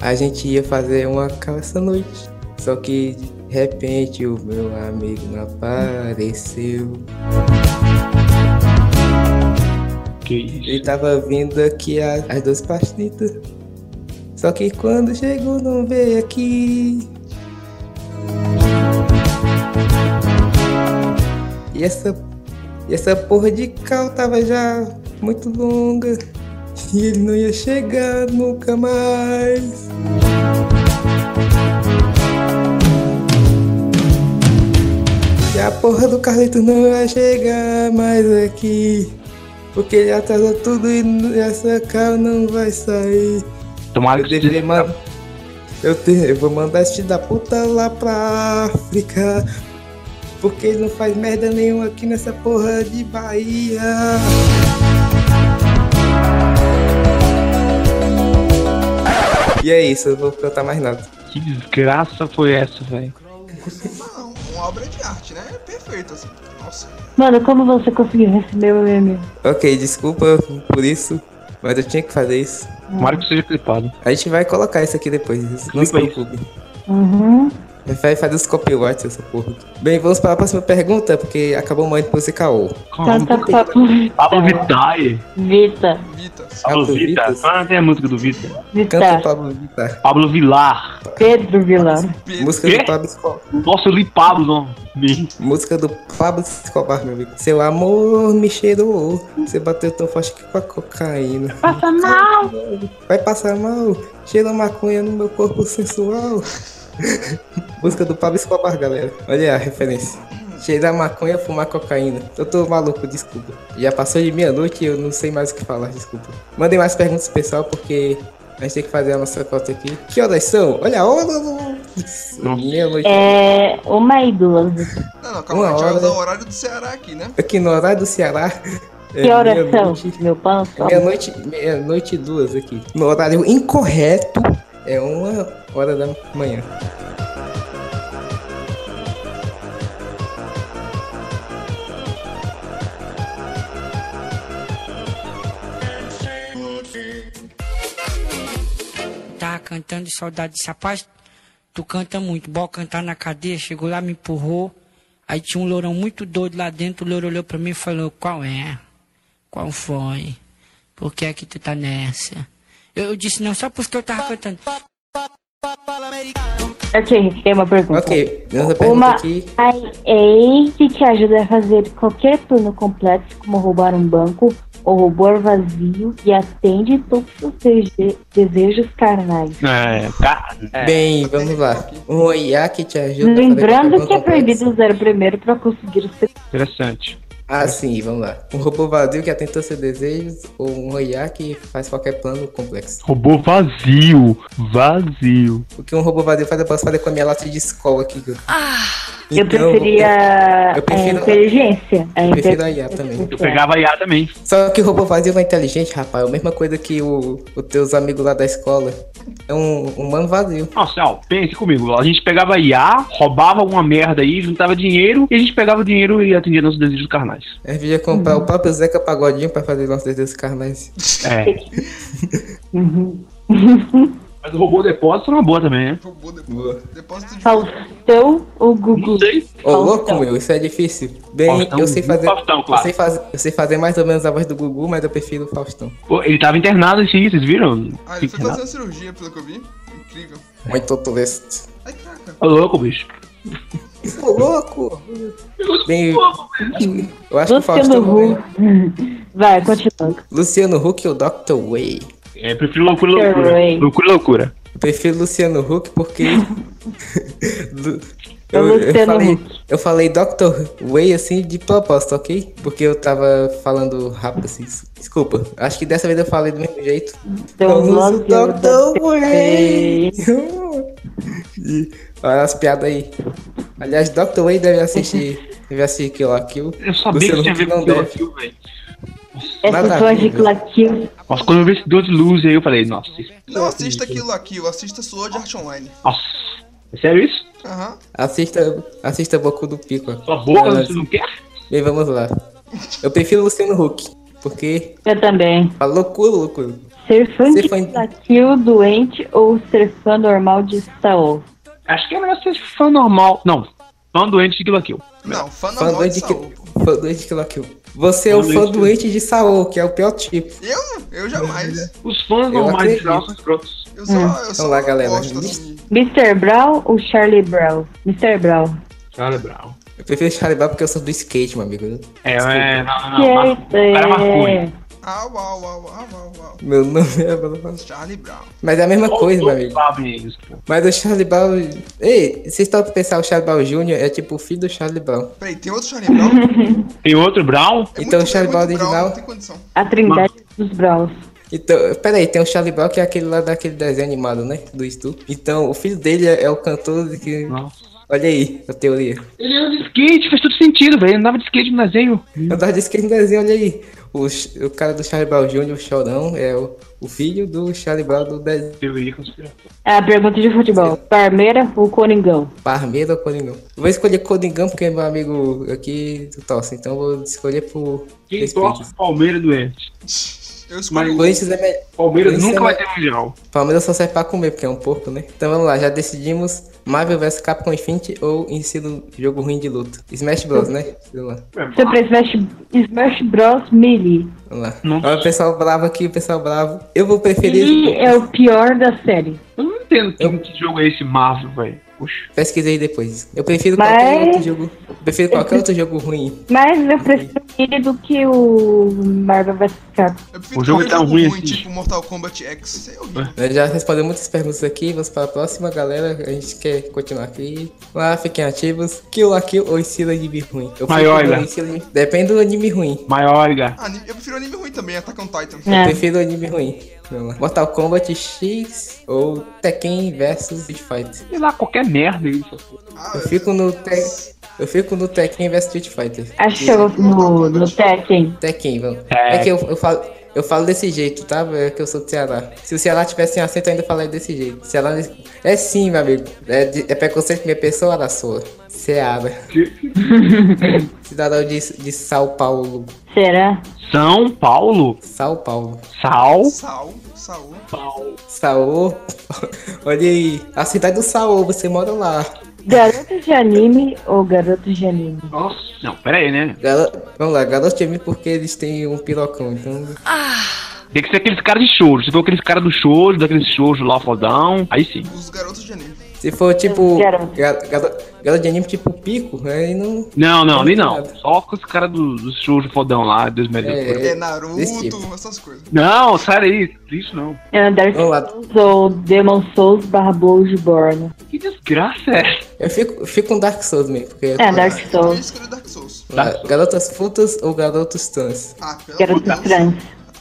D: A gente ia fazer uma calça à noite. Só que de repente o meu amigo não apareceu.
G: Que isso.
D: Ele tava vindo aqui a- as duas partidas. Só que quando chegou não veio aqui. E essa, e essa porra de cal tava já muito longa. E ele não ia chegar nunca mais. E a porra do Carlito não ia chegar mais aqui. Porque ele atrasou tudo e n- essa cal não vai sair.
G: Tomara
D: Eu
G: que
D: deveria mandar. Eu, te- eu vou mandar esse filho da puta lá pra África. Porque ele não faz merda nenhuma aqui nessa porra de Bahia. E é isso, eu vou cantar mais nada.
G: Que desgraça foi essa, velho?
E: Não, uma obra de arte, né? É perfeito, assim. Nossa.
B: Mano, como você conseguiu receber o meme?
D: Ok, desculpa por isso, mas eu tinha que fazer isso.
G: Tomara que seja clipado.
D: A gente vai colocar isso aqui depois, não se
G: Clipa isso.
D: preocupe.
B: Uhum.
D: Prefere fazer os copyrights, essa porra. Bem, vamos para a próxima pergunta, porque acabou o momento pra você caô.
G: Calma.
B: Canta Tá, Pablo
G: Pablo Vittar.
B: Vita.
E: Vita.
G: Pablo
D: Pablo
G: Vittar.
D: Vittar.
G: Ah, tem a música do Vittar.
D: Canta tá.
B: Vita.
D: Pablo Vittar.
G: Pablo Vilar.
B: Pedro Vilão.
E: Pedro.
D: Música
G: Quê?
D: do Pablo Escobar.
G: Nossa, eu li Pablo, não. Me-
D: Música do Pablo Escobar, meu amigo. Seu amor me cheirou. Você bateu tão forte que com a cocaína.
B: Passa mal.
D: Vai passar mal. Cheira maconha no meu corpo sensual. Música do Pablo Escobar, galera. Olha a referência. Cheirar maconha, fumar cocaína. Eu tô maluco, desculpa. Já passou de meia-noite e eu não sei mais o que falar, desculpa. Mandem mais perguntas, pessoal, porque a gente tem que fazer a nossa cota aqui. Que horas são? Olha a hora! Meia-noite.
B: É. Uma e duas.
E: Não, não, calma, a gente vai
D: Uma
E: usar
D: hora.
E: o horário do Ceará aqui, né?
D: Aqui no horário do Ceará. é
B: É. Que horas são?
D: meia-noite.
B: Meu pão só.
D: Meia-noite meia-noite e duas aqui. No horário incorreto, é uma hora da manhã.
H: tá cantando saudade desse rapaz, tu canta muito, bora cantar na cadeia, chegou lá, me empurrou, aí tinha um lourão muito doido lá dentro, o louro olhou pra mim e falou, qual é? Qual foi? Por que é que tu tá nessa? Eu, eu disse, não, só porque eu tava cantando.
B: Ok, tem uma pergunta.
D: É. Ok, nossa pergunta
B: Uma
D: aqui.
B: IA que te ajuda a fazer qualquer plano complexo, como roubar um banco ou roubar vazio, e atende todos os seus de- desejos carnais.
G: É, cara. É.
D: Bem, vamos lá. Um IA que te ajuda. a fazer
B: Lembrando
D: qualquer
B: que
D: plano
B: é
D: complexo.
B: proibido usar o primeiro para conseguir o segundo.
G: Interessante.
D: Ah, sim, vamos lá. Um robô vazio que atenta aos seus desejos ou um IA que faz qualquer plano complexo.
G: Robô vazio. Vazio.
D: O que um robô vazio faz, eu posso fazer com a minha lata de escola aqui. viu?
B: Eu
D: Então,
B: preferia
D: eu prefiro-
B: a inteligência. A
D: Eu prefiro
B: inteligência.
D: a IA também.
G: Eu pegava IA também.
D: Só que o robô vazio não é inteligente, rapaz. É a mesma coisa que o, os teus amigos lá da escola. É um humano vazio.
G: Nossa, ó, pense comigo. A gente pegava IA, roubava alguma merda aí, juntava dinheiro e a gente pegava o dinheiro e atendia nossos desejos carnais.
D: A gente podia comprar
B: Uhum.
D: o próprio Zeca Pagodinho pra fazer nossos desejos carnais.
G: É.
B: Uhum.
G: Mas o robô depósito é uma boa também, né?
E: Robô de-
D: Boa.
E: depósito
B: Tá
E: de.
B: Faustão ou
G: Não
B: Gugu?
G: sei.
D: Ô,
B: Faustão.
D: louco, meu, isso é difícil. Bem,
G: Faustão,
D: eu sei fazer.
G: Faustão, claro.
D: eu, sei fazer eu sei fazer mais ou menos a voz do Gugu, mas eu prefiro o Faustão.
G: Pô, ele tava internado esse dia, vocês viram?
E: Ah, ele foi
G: Internado.
E: fazer uma cirurgia, pelo que eu vi. Incrível.
D: Muito tolesto.
E: Ai, caraca.
G: Ô, louco, bicho.
D: Ô, louco! Bem, eu acho que o
B: Luciano
D: Faustão.
B: Huck.
D: ganha.
B: Vai, continua.
D: Luciano Huck ou Dr. Way?
G: É, prefiro loucura, loucura.
B: Caralho.
G: Loucura, loucura.
D: Eu prefiro Luciano Huck porque. Lu-
B: É o Luciano
D: falei,
B: Huck.
D: eu falei Dr. Way assim de propósito, ok? Porque eu tava falando rápido assim. des- Desculpa, acho que dessa vez eu falei do mesmo jeito.
B: Então,
D: Eu uso
B: logo eu
D: Dr.
B: dou-
D: Way! E Olha as piadas aí. Aliás, Dr. Way deve assistir. Deve assistir Kill la Kill.
G: Eu sabia
D: Luciano
G: que tinha a ver
D: Huck
G: com
D: não
G: o Kill
D: deve.
G: Kill, velho.
B: Essa
D: Nada
B: sua
D: a ver,
B: articulativa.
G: Nossa, quando eu vi esse Doze Luz aí, eu falei, nossa, isso-
E: Não assista aquilo aqui, eu assista Sword de Arte Online.
G: nossa. É sério isso?
E: Aham.
D: Assista, assista Boku do Pico.
G: Sua boca,
D: Não,
G: você não quer?
D: Bem, vamos lá. Eu prefiro Luciano Huck. Porque.
B: Eu também.
D: A loucura, loucura.
B: Ser fã
D: Ser
B: de
D: fã-
B: Kill doente ou ser fã normal de Saul?
G: Acho que é melhor ser fã normal. Não, fã doente de Kill la Kill.
E: Não, fã
D: Fã
E: normal de
D: doente que.
E: Saul.
D: Fã doente de Kill la Kill. Você é o
G: Fã
D: fã
G: doente.
D: doente de Saul, que é o pior tipo.
E: Eu? Eu jamais.
G: Os fãs
D: Eu
G: normais de
D: acredito.
G: Kill são escrotos.
E: Eu só. Eu só
D: Vamos lá,
E: não
D: galera.
E: gosto, assim.
B: Mr. Brown ou Charlie Brown? Mr. Brown.
G: Cara, é bravo.
D: Eu prefiro Charibar porque eu sou do skate, meu amigo.
G: É, é, não, não,
B: Que
G: não.
B: é
G: mas- O cara marcou, hein?
E: Au, au, au, au, au, au.
D: Meu nome é.
E: Charlie Brown.
D: Mas é a mesma coisa, meu
G: Todos
D: amigo.
G: sabem isso, pô.
D: Mas o Charlie Brown. Ei, vocês estão a pensar o Charlie Brown Jr. é tipo o filho do Charlie Brown.
E: Peraí, tem outro Charlie Brown?
G: Tem outro Brown?
E: É
D: Então,
E: muito-
D: Charlie
E: é
D: Brown
E: muito Brown,
D: original?
E: Não tem condição.
B: a trindade dos Browns.
D: Então, peraí, tem o Charlie Brown que é aquele lá daquele desenho animado, né? Do Stu. Então, o filho dele é, é o cantor de que.
G: Nossa.
D: Olha aí, a teoria.
G: Ele anda de skate, faz todo sentido, velho. Ele andava de skate no desenho.
D: Andar de skate no um desenho, olha aí. o, Ch- o cara do Charlie Brown Jr., o Chorão, é o, o filho do Charlie Brown do desenho.
G: Teoria conspiratória.
B: É a pergunta de futebol. Parmeira ou Coringão?
D: Parmeira ou Coringão? Eu Vou escolher Coringão porque meu amigo aqui torce, então eu vou escolher por...
G: Quem
D: respeito.
G: torce pro Palmeiras doente.
E: Eu escolho.
D: Corinthians é melhor.
G: Palmeiras
D: Isso
G: nunca
D: é
G: vai
D: uma-
G: ter mundial.
D: Palmeiras só serve pra comer, porque é um porco, né? Então vamos lá, já decidimos Marvel vs Capcom Infinity ou ensino jogo ruim de luta. Smash Bros, né? Vamos lá.
B: Você pra é Smash, Smash Bros. Melee.
D: Vamos lá.
G: Não.
D: Olha o pessoal bravo aqui, o pessoal bravo. Eu vou
B: Melee
D: preferir.
B: é o pior da série.
G: Eu não entendo que, que jogo é esse Marvel, velho. Puxa.
D: Pesquisei depois. Eu prefiro
B: Mas-
D: qualquer outro jogo. Eu prefiro qualquer outro jogo ruim.
B: Mas eu prefiro ele do que o Marvel vs. Capcom.
E: Eu prefiro
G: O jogo
E: qualquer
G: tá ruim assim.
E: tipo Mortal Kombat X. Isso aí é horrível.
D: Nós Já respondeu muitas perguntas aqui, vamos para a próxima, galera. A gente quer continuar aqui. Vamos lá, fiquem ativos. Kill la Kill ou ensino anime ruim? Eu
G: Mas
D: prefiro
G: olha.
D: ensino- Depende do anime ruim.
G: Maiorga.
E: Ah, Anime- eu prefiro anime ruim também, Attack on Titan.
D: Eu
B: É.
D: prefiro anime ruim. Vamos lá. Mortal Kombat X ou Tekken vs Street Fighter.
G: Sei lá, qualquer merda isso.
E: Ah,
D: Eu fico no Tekken. Eu fico no Tekken vs Street Fighter.
B: Ah, Acho que eu vou no, no Tekken.
D: Tekken, vamos. É que eu, eu falo. Eu falo desse jeito, tá? É que eu sou do Ceará. Se o Ceará tivesse um acento, eu ainda falaria desse jeito. Ceará é sim, meu amigo. É, de- é preconceito minha pessoa da sua. Ceará. Cidadão de, de São Paulo.
B: Será?
G: São Paulo?
D: São Paulo.
G: Sal?
E: Saul, Saul.
G: Paulo.
D: Saô. Olha aí. A cidade do Saô, você mora lá.
B: Garoto de anime ou garoto de anime?
G: Nossa. Não, pera aí, né?
D: Galo... Vamos lá, Garoto de Anime porque eles têm um pirocão, então.
G: Tem que ser aqueles caras de choro. Se for aqueles caras do choro, daqueles choros lá, fodão, aí sim.
E: Os garotos de anime.
D: Se for tipo.
B: Garoto.
D: ga- galo- Garoto de Anime tipo pico, aí não.
G: Não, não, nem não.
D: Obrigado.
G: Só com os caras do, do choro fodão lá, Deus me
E: É
G: livre.
D: É,
E: Naruto,
D: desse tipo.
E: essas coisas.
G: Não, sai daí. Isso não.
B: É Dark
D: Vamos lá.
B: Souls ou Demon Souls barra Bloodborne?
G: Que desgraça é essa?
D: Eu fico, fico com Dark Souls mesmo, porque.
B: É, Dark
E: Ah, Eu
B: Souls.
E: escolhi Dark Souls.
D: Vamos lá, Garotas putas ou garotos trans?
E: Ah, pelo amor de
B: Garoto
E: Deus.
B: trans.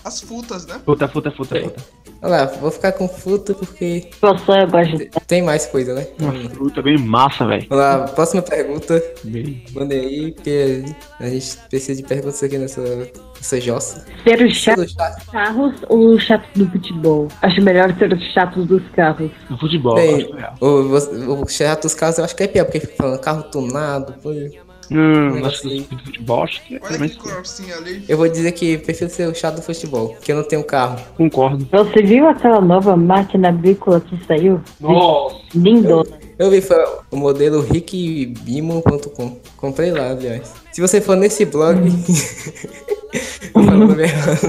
E: As futas, né?
G: Puta, puta, puta, puta.
D: Olha lá, vou ficar com fruta porque
B: Eu sou, eu gosto de
D: tem mais coisa, né?
G: Uma fruta bem massa, velho.
D: Vamos lá, próxima pergunta.
G: Bem-
D: Mandei aí, porque a gente precisa de perguntas aqui nessa, nessa jossa.
B: ser o chato
D: Tudo chato.
B: dos carros ou o chato do futebol? Acho melhor ser o chato dos carros.
G: Do futebol, eu
D: Bem,
G: acho é. legal.
D: o, você- o chato dos carros eu acho que é pior, porque fica falando carro tunado, coisa.
G: Hum,
D: Mas
G: acho que
D: assim-
G: do futebol, acho que é
E: Olha
G: mas
E: aquele corcinho ali.
D: Eu vou dizer que prefiro ser o chato do futebol, porque eu não tenho carro.
G: concordo.
B: Você viu aquela nova máquina agrícola que saiu?
G: Nossa.
B: Lindona.
D: Eu vi foi o modelo rickbimo.com. Comprei lá, aliás. Se você for nesse blog. eu, falo o nome errado.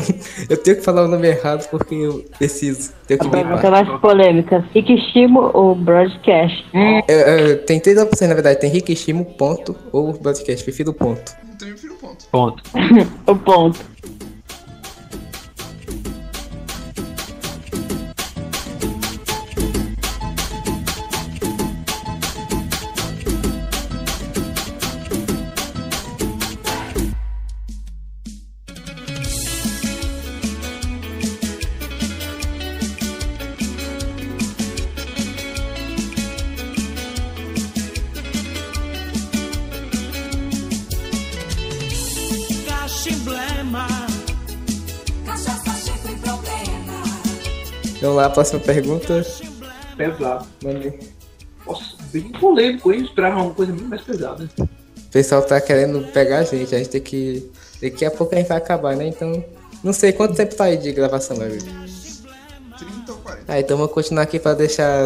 D: eu tenho que falar o nome errado porque eu preciso. Tenho que
B: A pergunta
D: limpar.
B: mais polêmica. Ikishimo ou Broadcast?
D: Eu, eu, tem três opções, na verdade. Tem rickshimo, ponto ou broadcast. Prefiro ponto.
E: Então eu prefiro ponto.
G: Ponto.
B: O ponto.
D: Vamos lá, próxima pergunta.
G: É Pesado.
D: Mano,
G: Nossa, bem polêmico, hein? Eu esperava uma coisa muito mais pesada.
D: O pessoal tá querendo pegar a gente. A gente tem que. Daqui a pouco a gente vai acabar, né? Então. Não sei quanto tempo tá aí de gravação, meu amigo.
E: 30 ou 40.
D: Ah, então vou continuar aqui pra deixar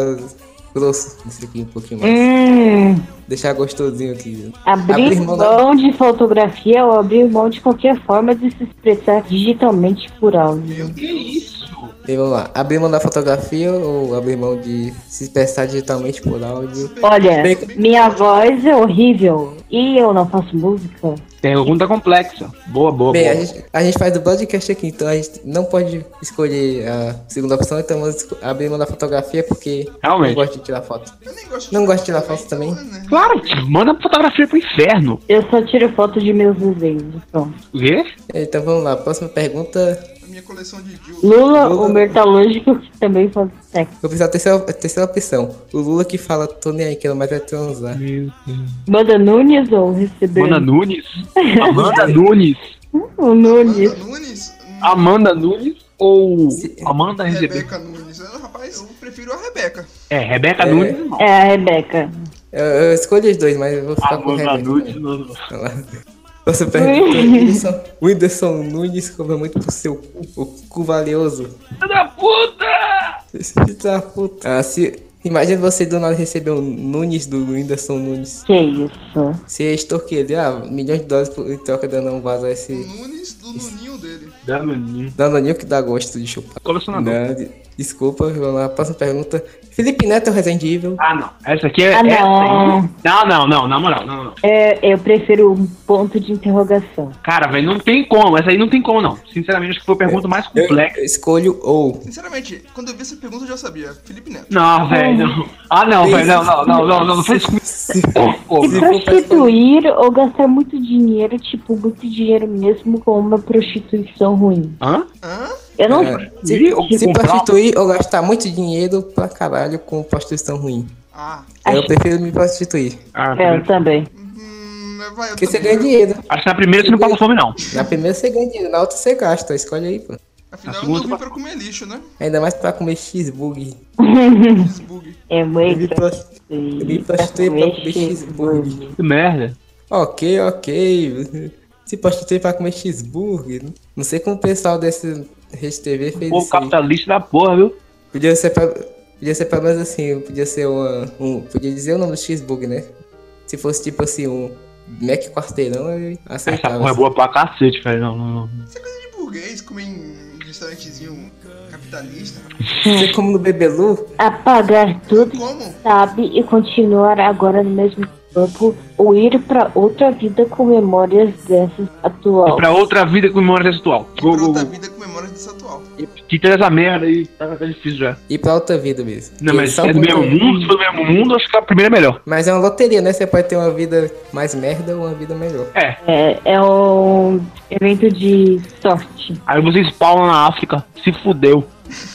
D: grosso isso aqui um pouquinho mais.
B: Hum,
D: Deixar gostosinho aqui.
B: abrir
D: Abrir mão da-
B: mão de fotografia ou abrir mão de qualquer forma de se expressar digitalmente por áudio?
G: Que isso?
D: E vamos lá. Abrir mão da fotografia ou abrir mão de se expressar digitalmente por áudio?
B: Olha,
D: Bem-
B: minha voz é horrível e eu não faço música.
G: Pergunta complexa. Boa, boa,
D: Bem, a
G: boa.
D: gente, a gente faz o broadcast aqui, então a gente não pode escolher a segunda opção, então vamos esco- abrir mão da fotografia porque
G: Realmente.
D: não gosto de tirar foto.
E: Eu nem gosto de
D: Não gosto de tirar foto também.
E: né?
G: Claro, manda fotografia pro inferno.
B: Eu só tiro foto de meus desenhos. Pronto.
G: O quê?
D: Então vamos lá, próxima pergunta.
E: A minha coleção de Jill.
B: Lula,
D: Lula.
B: o metalúrgico, que também faz sexo.
D: Vou precisar da terceira, a terceira opção. O Lula que fala, tô nem aí, que não mais vai transar.
B: Banda Nunes ou receber
G: Amanda Nunes. Amanda Nunes.
B: o Nunes?
E: Nunes. Hum,
G: Amanda Nunes ou Amanda Ah,
E: Rebeca
G: Rebeca?
E: Nunes. Ah, Rapaz, eu prefiro a Rebeca.
G: É, Rebeca
D: É.
G: Nunes, irmão.
B: É a Rebeca.
D: Eu, eu escolhi os dois, mas eu vou ficar Tá com o
G: Amanda Ah, Nunes.
D: Rebeca.
G: não-
D: Olha lá. Você perguntou, Whindersson, Whindersson Nunes cobra muito pro seu cu, o cu valioso.
G: Filho da puta!
D: Esse filho da puta. Ah, se, imagina você do nada receber o Nunes do Whindersson Nunes.
B: Que é isso?
D: Se extorquir ele, ah, milhões de dólares por- em troca dando um vaso a
E: O
D: esse
E: Nunes do Nuninho dele.
G: Danoninho.
D: danoninho que dá gosto de chupar.
G: Colecionador.
D: Ah, Não, de- desculpa, vamos lá, próxima pergunta. Felipe Neto é resendível.
G: Ah, não. Essa aqui é.
B: Ah,
G: essa
B: não.
G: aí- não, não, não, na moral, não, não.
B: É, eu prefiro um ponto de interrogação.
G: Cara, velho, não tem como. Essa aí não tem como, não. Sinceramente, acho que foi a pergunta mais
D: Eu,
G: complexa.
D: eu escolho ou.
E: Sinceramente, quando eu vi essa pergunta eu já sabia. Felipe Neto.
G: Não, velho, não. Ah, não, velho, não, não, não, não, não, não fez comigo.
D: Se-
G: Pô,
D: Se for
B: Se
D: pra
B: prostituir ou gastar muito dinheiro, tipo, muito dinheiro mesmo com uma prostituição ruim.
G: Hã?
E: Hã?
B: Eu não.
D: É, se,
G: Ih, eu
D: se
G: comprar-
D: prostituir ou gastar muito dinheiro pra caralho com prostituição ruim.
E: Ah.
D: Eu prefiro me prostituir.
G: Ah,
B: Eu também.
E: Hum, vai, eu
D: Porque você
E: também.
D: ganha dinheiro.
G: Acho que na primeira você não passa fome, não.
D: Na primeira você ganha dinheiro, na outra você gasta. Escolhe aí, pô.
E: Afinal,
G: A
E: eu
G: segunda-
E: não vim pra comer lixo, né?
D: Ainda mais pra comer cheeseburger. Uhum.
E: Desbug.
B: É
D: Eu me
B: muito.
D: prostituí pra comer cheeseburger.
G: Que merda.
D: Ok, ok. Se prostituir pra comer cheeseburger. Não sei como o pessoal desse Rede TV fez
G: Pô,
D: isso. aí.
G: capitalista da porra, viu?
D: Podia ser pra, podia ser pelo menos assim, podia ser uma, um, podia dizer o nome do cheeseburger, né? Se fosse tipo assim, um Mac quarteirão, eu
G: Essa
D: aceitava.
G: porra é boa pra cacete, velho. Não, não, não.
E: De burguês, é comer em restaurantezinho capitalista.
D: Você como no Bebelu,
B: Apagar tudo que
E: Como?
B: sabe e continuar agora no mesmo campo ou ir pra outra vida com memórias dessas
G: E
B: atual.
G: pra outra vida com memória sexual. Go,
E: Pra
G: go,
E: outra
G: go.
E: vida com memórias desse atual.
G: Tira essa merda aí. Tá, tá difícil já.
D: e pra outra vida mesmo.
G: Não,
D: Porque
G: mas
D: só
G: é do
D: quando-
G: mesmo mundo, se for do mesmo mundo, acho que a primeira é melhor.
D: Mas é uma loteria, né? Você pode ter uma vida mais merda ou uma vida melhor.
G: É.
B: É, é um evento de sorte.
G: Aí você spawna na África. Se fudeu.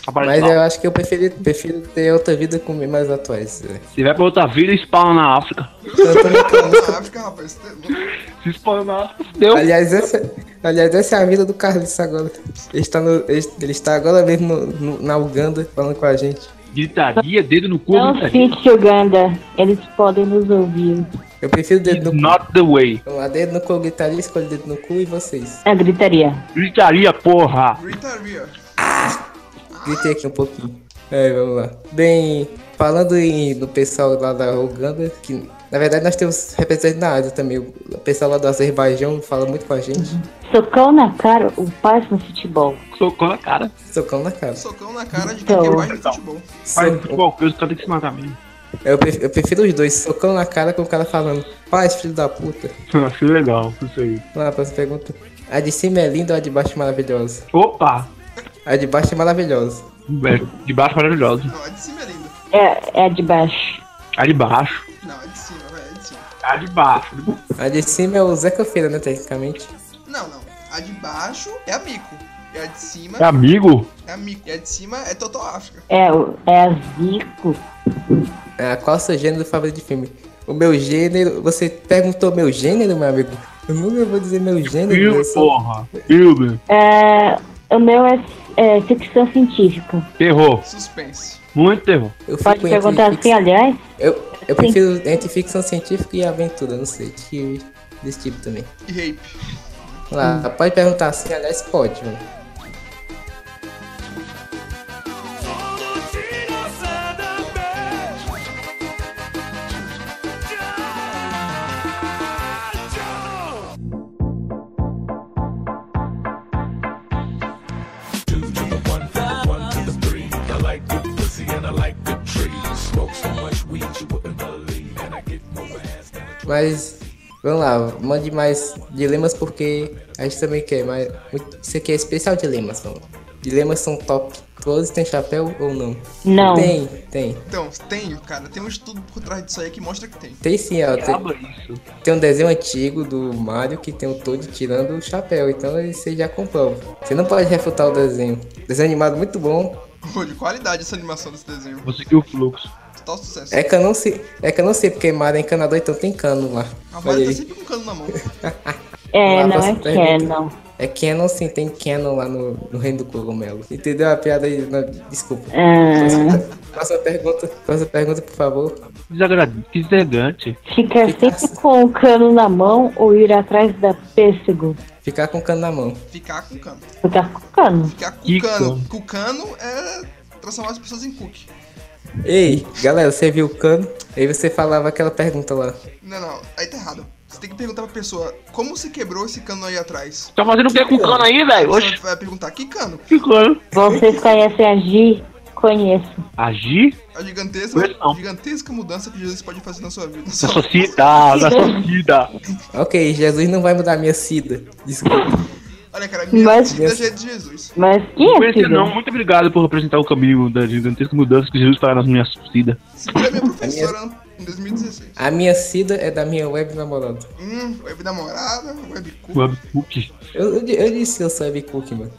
G: Aparece
D: Mas
G: lá.
D: eu acho que eu prefiro, prefiro ter outra vida com mais atuais. né? Então,
G: Você vai pra outra vida e spawna na África.
D: Cantando aquela música.
E: Na África, rapaz. você é louco.
G: Se spawna na África, fudeu.
D: Aliás, essa, aliás, essa é a vida do Carlos agora. Ele está, no- ele, ele está agora mesmo no- no- na Uganda falando com a gente.
G: Gritaria, dedo no cu,
B: Não
G: gritaria.
B: fique, Uganda. Eles podem nos ouvir.
D: Eu prefiro dedo no cu.
G: Not the way.
D: Vamos lá, dedo no cu, gritaria, escolhe dedo no cu e vocês.
B: É gritaria.
G: Gritaria, porra.
E: Gritaria.
D: Gritei aqui um pouquinho. É, vamos lá. Bem, falando em, no pessoal lá da Uganda, que na verdade nós temos representantes na Ásia também. O pessoal lá do Azerbaijão fala muito com a gente.
B: Socão na cara, o paz no futebol.
G: Socou na cara.
D: Socão na cara.
E: Socão na cara de quem
D: Então.
E: tem mais de futebol.
G: Pai do
D: So-
G: futebol, que os caras têm que se matar mesmo.
D: eu, prefiro, eu prefiro os dois, socão na cara com o cara falando, paz, filho da puta.
G: Achei legal, isso aí.
D: Vamos lá, próxima pergunta. A de cima é linda ou a de baixo é maravilhosa?
G: Opa!
D: A de baixo é maravilhosa.
G: É, De baixo maravilhoso.
E: Não, é de cima é linda.
B: É, é a de baixo.
G: A de baixo.
E: Não, é de cima, vai, é de cima.
G: A de baixo.
D: A de cima é o Zeca Feira, né, tecnicamente.
E: Não, não. A de baixo é a Mico. E a de cima
D: Tá.
G: É amigo?
E: é a Mico. E a de cima é Total África.
B: É, o- é a Zico.
D: Ah, qual o seu gênero favorito de filme? O meu gênero... Você perguntou meu gênero, meu amigo? Eu nunca vou dizer meu gênero.
G: Filme,
D: Eu sou...
G: porra. Filme.
B: É, o meu é, é ficção científica.
G: Terror.
E: Suspense.
G: Muito terror.
D: Eu fico
B: Pode
D: entre
B: perguntar assim,
D: ficção-
B: aliás.
D: Eu, eu prefiro entre ficção científica e aventura, não sei. que- desse tipo também.
E: E rape.
D: Vamos lá,
B: Hum.
D: pode perguntar assim, aliás, pode, mano. Mas vamos lá, mande mais dilemas porque a gente também quer, mas muito- isso aqui é especial dilemas, vamos. lá. Dilemas são top. Todos têm chapéu ou não?
B: Não.
D: Tem, tem.
E: Então, tem, cara, tem um estudo por trás disso aí que mostra que tem.
D: Tem sim, ó. Tem,
G: Acaba isso.
D: tem um desenho antigo do Mario que tem o Toad tirando o chapéu, então aí você já comprova. Você não pode refutar o desenho. Desenho animado muito bom.
E: Pô, de qualidade essa animação desse desenho.
G: Vou seguir o fluxo.
E: Total sucesso.
D: É que eu não sei, é que eu não sei porque Mario é encanador, então tem cano lá.
E: A Mari
D: Olha
E: tá
D: aí.
E: sempre com um cano na mão.
B: É,
D: Lá
B: não
D: pra
B: é
D: pergunta.
B: canon.
D: É É Canon sim, tem Canon lá no, no Reino do Cogumelo. Entendeu a piada aí? Não, desculpa.
B: Ah,
D: Faça a pergunta, faça a pergunta, por favor.
G: Desagra- Deselegante.
B: ficar
D: assim.
B: sempre com o cano na mão ou ir atrás da pêssego?
D: Ficar com o cano na mão.
E: Ficar com cano.
B: Ficar com o cano.
E: Ficar com
G: Que
E: cano.
G: cano.
E: Com cano é transformar as pessoas em cook.
D: Ei, galera, você viu o cano? Aí você falava aquela pergunta lá.
E: Não, não, aí tá errado. Você tem que perguntar pra pessoa como se quebrou esse cano aí atrás.
G: Tá fazendo o que com o cano aí, velho?
E: Você
G: Oxe,
E: vai perguntar que cano?
G: que cano.
B: Vocês conhecem a Gi? Conheço.
G: Agir
E: A gigantesca,
G: Pois não.
E: gigantesca mudança que Jesus pode fazer na sua vida.
G: na sua vida, na sua vida.
D: Ok, Jesus não vai mudar minha sida. Desculpa.
E: Olha, cara, minha
B: Mas-
E: vida é de Jesus.
B: Mas quem é
G: Conhecer não,
B: filho?
G: muito obrigado por representar o caminho da gigantesca mudança que Jesus fará nas minhas vidas.
E: Segura é minha professora em 2016.
D: A minha sida é da minha web namorada.
E: Hum, web namorada, web cu.
G: Webcook.
D: Eu, eu, di- eu disse que eu sou webcook, mano.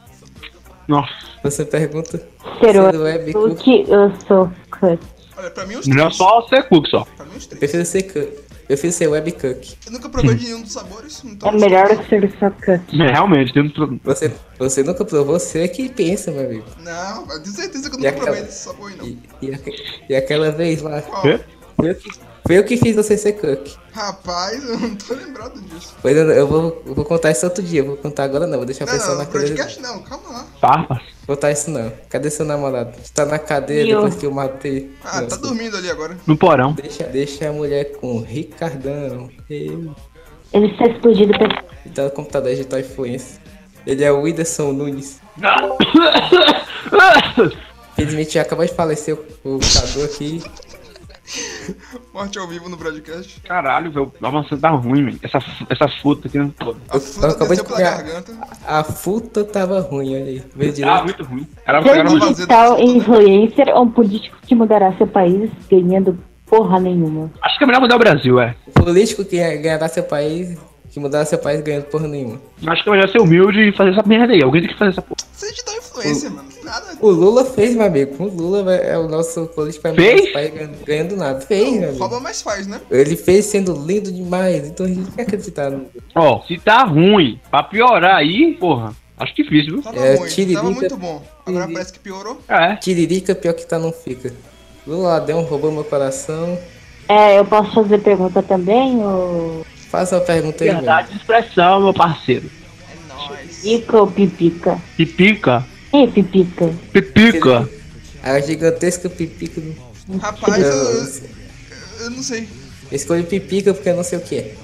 G: Nossa,
D: Você pergunta
B: Será
D: sendo webcook,
B: que eu sou cut?
E: Olha, pra mim os
G: melhor
E: três.
G: é só ser cook só.
E: Pra mim é um os
D: eu
E: três.
D: prefiro ser cook. Eu prefiro ser webcook.
E: Eu nunca provei de nenhum dos sabores, então.
B: É melhor eu ser só cut.
G: É, realmente, dentro
D: Você, você nunca provou, você é que pensa, meu amigo.
E: Não, eu tenho certeza que eu
D: E
E: nunca
D: aquela-
E: provei desse sabor aí, não.
D: tá- E, e, aque- e aquela vez lá,
E: Qual?
G: Quê?
D: foi eu, que, foi eu que fiz você ser cook.
E: Rapaz, eu não tô lembrado disso.
D: Pois eu, eu vou, eu vou contar isso outro dia, eu vou contar agora não, vou deixar a
E: Não,
D: pessoa Tá
E: não,
D: na
E: não,
D: cadeira.
E: podcast não, calma lá.
G: farpas.
D: Vou contar isso não. Cadê seu namorado? Tá na cadeia
B: Meu.
D: depois que eu matei.
E: Ah,
D: Não,
E: tá dormindo ali agora.
G: No porão.
D: Deixa, deixa a mulher com o Ricardão. Eu.
B: Ele está explodido pela
D: Da computador digital influência. Ele é o Whindersson Nunes. Felizmente já acabou de falecer o o Cadu aqui.
E: Morte ao vivo no broadcast.
G: Caralho, velho. Nossa, tá ruim, velho. Essa, essa fruta aqui não pode. Tá
E: A fruta
D: acabei de
E: desceu pela
D: comer.
E: garganta.
D: A fruta tava ruim, olha aí. Veio
G: Ah,
D: direto.
G: muito ruim. Caralho,
E: Quem
G: pegaram
E: disse?
G: muito.
B: digital influencer é um político que mudará seu país ganhando porra nenhuma.
G: Acho que é melhor mudar o Brasil, é.
D: O político que ganhará seu país, que mudará seu país ganhando porra nenhuma.
G: Acho que é melhor ser humilde e fazer essa merda aí. Alguém tem que fazer essa porra.
E: Você te dá influência, mano. Nada.
D: O Lula fez, meu amigo. O Lula vai- é o nosso político vai mudar
G: Fez?
D: seu país ganhando, ganhando nada. Fez, meu amigo.
E: Rouba mais faz, né?
D: Ele fez sendo lindo demais, então a gente quer acreditar. no-
G: Ó, se tá ruim, pra piorar aí, porra, acho difícil, viu?
E: Tava
D: É,
E: ruim,
D: tiririca-
E: tava muito bom. Agora
D: tiririca.
E: parece que piorou.
G: É.
D: Tiririca, pior que tá, não fica. Lula ladrão roubou meu coração.
B: É, eu posso fazer pergunta também, ô
D: Faça uma pergunta aí, velho.
G: Verdade de expressão, meu parceiro.
E: É nóis.
B: Pica ou pipica?
G: Pipica.
B: Ei, pipica.
G: Pipica.
D: A gigantesca pipica. do-
E: Rapaz, eu,
D: Eu
E: eu não sei.
D: escolho pipica porque eu não sei o que é.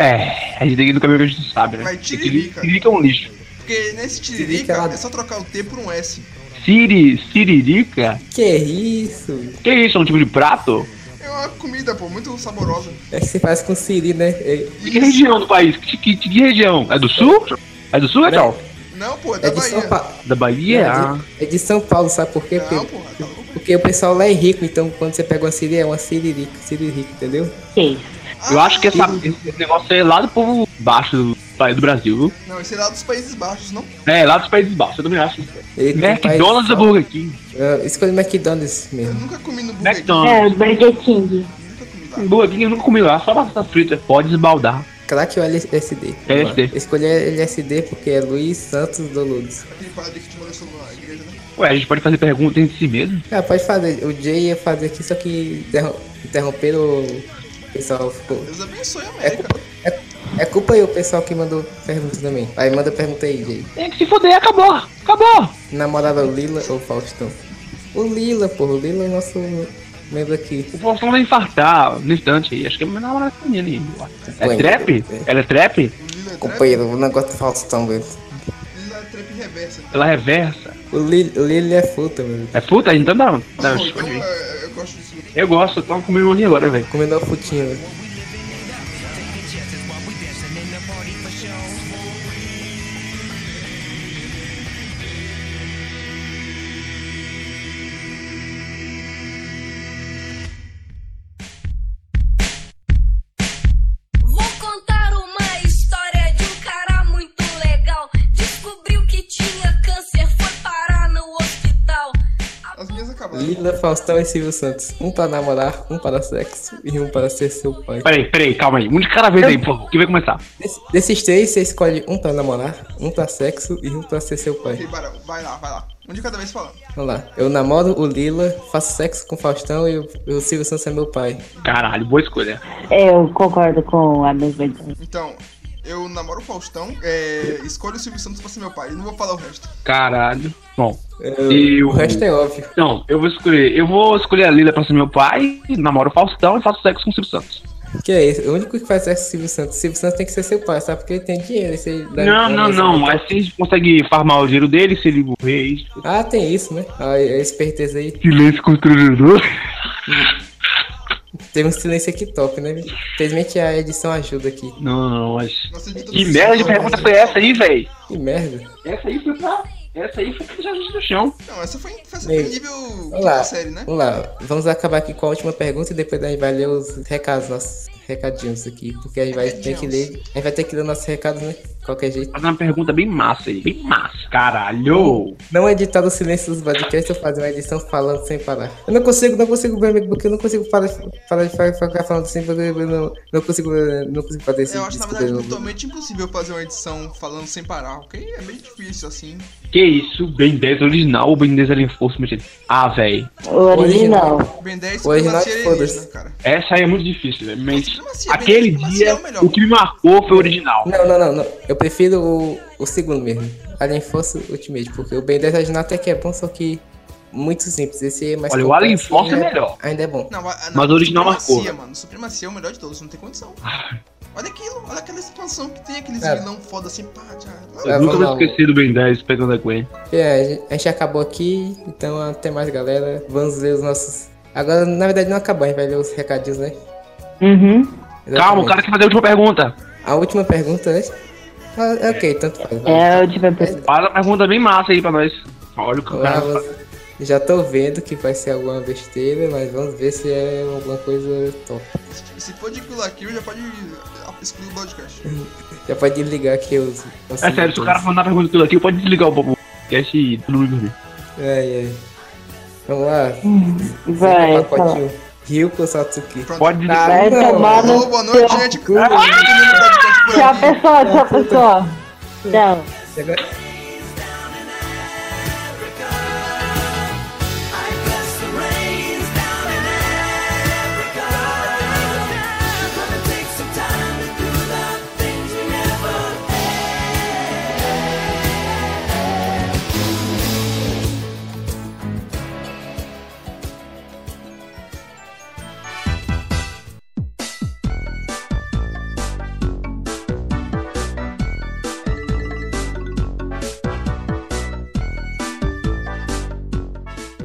G: É, a gente tem que ir no caminho que a gente sabe, né?
E: Mas tiririca.
G: Tiririca é um lixo.
E: Porque nesse
D: Tiririca,
E: tiririca
D: ela-
E: é só trocar o T por um S.
G: Siri, siririca?
D: Que é isso?
G: Que isso, é um tipo de prato?
E: É uma comida, pô, muito saborosa.
D: É que você faz com siri, né? É,
G: De que região do país? Que, que, que- que região? É do sul? É do sul, é tal?
E: Não, pô, é da
D: é de São
E: Bahia.
D: Paulo.
G: Da Bahia? Ah,
D: É de São Paulo, sabe por quê?
E: Não,
D: Porque,
E: porra, tá louco.
D: porque o pessoal lá é rico, então quando você pega uma siri, é uma siririca, siririca, entendeu?
B: Que isso?
E: Ah,
G: Eu acho que essa- esse negócio aí é lá do povo baixo do país do Brasil, viu?
E: Não, esse é lá dos Países Baixos, não?
G: É, lá dos países baixos, eu também acho.
D: Ele tem um país-
G: McDonald's e Burger King.
D: Ah, escolhe McDonald's
E: Eu
D: mesmo.
E: nunca comi no Burger King.
G: McDonald's.
B: É, o Burger King.
E: Nunca comi lá.
G: É, Burger King eu nunca comi lá, só batata frita. Pode esbaldar.
D: Crack ou LSD?
G: LSD.
D: Escolhi LSD porque é Luiz Santos Doludes.
E: Aquele padre que te molestou na igreja, né?
G: Ué, a gente pode fazer pergunta entre si mesmo?
D: Ah, pode fazer. O Jay ia fazer aqui, só que interrom interromperam o pessoal. Ficou...
E: Deus abençoe a América. né?
D: É culpa aí o pessoal que mandou pergunta também. Aí manda pergunta aí, Jay.
G: Tem que se foder, acabou! Acabou!
D: Namorava o Lila ou o Faustão? O Lila, porra. O Lila é nosso membro aqui.
G: O Faustão vai infartar no instante aí. Acho que é meu namorado feminino aí. É
D: Ué,
G: trap?
D: é.
G: Ela é trap?
E: O Lila é trap,
D: Companheiro, o negócio do Faustão, velho.
E: Lila é trap reversa.
G: Ela reversa.
D: O Lila, o Lila é fruta, velho.
G: É puta? Então dá. dá
E: Pô, então,
G: pode vir.
E: é, eu gosto disso.
G: eu gosto, então, eu tava comendo ali agora, velho.
D: Comendo uma frutinha, velho.
J: Vou contar uma história de um cara muito legal. Descobriu que tinha câncer, foi parar no hospital.
E: As minhas acabaram.
D: Lila, Faustão e Silvio Santos. Um pra namorar, um para sexo e um para ser seu pai.
G: Peraí, peraí, calma aí. Um de cada vez aí, por favor, que vai começar.
D: Desse- Desses três, você escolhe um pra namorar, um pra sexo e um pra ser seu pai.
E: Ei, Barão, vai lá, vai lá. Um de cada vez falando.
D: Vamos lá. Eu namoro o Lila, faço sexo com o Faustão e o, e o Silvio Santos é meu pai.
G: Caralho, boa escolha.
B: Eu concordo com a mesma ideia.
E: Então, eu namoro o Faustão, é, escolho o Silvio Santos pra ser meu pai. Eu não vou falar o resto.
G: Caralho. Bom.
D: Eu-
G: eu-
D: O resto é óbvio.
G: Não, eu vou escolher. Eu vou escolher a Lila pra ser meu pai, namoro o Faustão e faço sexo com o Silvio Santos.
D: Que é isso? O único que faz sexo é o Silvio Santos. O Silvio Santos tem que ser seu pai, sabe? Porque ele tem dinheiro. né? Isso aí dá-
G: Não,
D: dá-
G: não, não. Mas se a gente consegue farmar o dinheiro dele, se ele morrer, isso.
D: Ah, tem isso, né? Ah, é esperteza aí.
G: Silêncio constrangedor.
D: Teve um silêncio aqui top, né? bicho? Infelizmente a edição ajuda aqui.
G: Não, não, mas.
E: Nossa, editor
G: Que
E: do
G: merda de
E: Silvio
G: pergunta
E: Santos.
G: foi essa aí, véi?
D: Que merda.
G: Essa aí foi pra. Essa aí foi pra deixar a gente no chão.
E: Não, essa foi, essa foi
D: Ei,
E: nível
D: Vamos lá.
E: quinta série, né?
D: Vamos lá. Vamos acabar aqui com a última pergunta e depois a gente vai ler os recados, nossos recadinhos aqui. Porque a gente vai ter que ler. A gente vai ter que ler nossos recados, né? Qualquer jeito.
G: Fazer uma pergunta bem massa aí. Bem massa. Caralho.
D: Não editar o silêncio dos podcasts, eu fazer uma edição falando sem parar. Eu não consigo, não consigo ver, porque eu não consigo parar, parar de fa- ficar falando sem poder. eu Não, não consigo, não consigo fazer isso.
E: Eu acho, na
D: desculpa,
E: verdade,
D: eu não-
E: totalmente impossível fazer uma edição falando sem parar, ok? É bem difícil, assim.
G: Que isso? Ben 10 original ou Ben 10 Alien Force, meu gente? Ah, véi.
B: O original.
E: Ben 10
D: Hoje nós
E: Supremacia Alienígena,
D: todas.
E: né, cara.
G: Essa aí é muito difícil, velho. Mas
E: Supremacia, Ben 10
G: aquele
E: Supremacia
G: dia,
E: é o melhor.
G: o que me marcou foi o original.
D: Não, não, não, não. Eu prefiro o, o segundo mesmo. Alien Force Ultimate, porque o Ben 10 original até que é bom, só que muito simples. Esse é mais
G: Olha, o Alien
D: complexo
G: Force é
D: e
G: melhor.
D: Ainda é bom.
E: Não, a- não,
G: Mas o original
E: Supremacia,
G: marcou.
E: mano. Supremacia é o melhor de todos, não tem condição. Olha aquilo, olha aquela expansão que tem, aqueles
D: É.
E: vilão foda assim, pá, já.
D: É,
G: Eu nunca
D: vamos
G: vou
D: lá,
G: esquecer do Ben 10 pegando a Gwen.
D: É, a gente- a gente acabou aqui, então até mais, galera. Vamos ler os nossos. Agora, na verdade, não acabou, a gente vai ler os recadinhos, né?
B: Uhum.
G: Calma, o
D: Exatamente.
G: cara quer fazer a última pergunta.
D: A última pergunta, né? Ah, ok, tanto faz. vai.
B: É a última pergunta.
G: Faz uma pergunta bem massa aí pra nós. Olha o que o
D: Olá,
G: cara
D: você- Já tô vendo que vai ser alguma besteira, mas vamos ver se é alguma coisa top.
E: Se for de Kill la Kill, já pode excluir o podcast.
D: Já pode ligar aqui os. os
G: É sério, se o cara mandar pergunta tudo aqui, pode desligar o podcast e todo mundo dormir.
D: Ai, ai. É, Vamos lá.
B: Vai,
D: Cinco é pacotinho. Ryuko Satsuki. Ah,
G: Pode desligar. Ah,
B: Vai
D: não.
B: tomar no-
E: Alô, boa noite, gente.
D: Cuida.
E: Terminando o podcast por
B: Tchau,
E: aqui.
B: pessoal. Tchau, pessoal. Tchau.
D: Agora-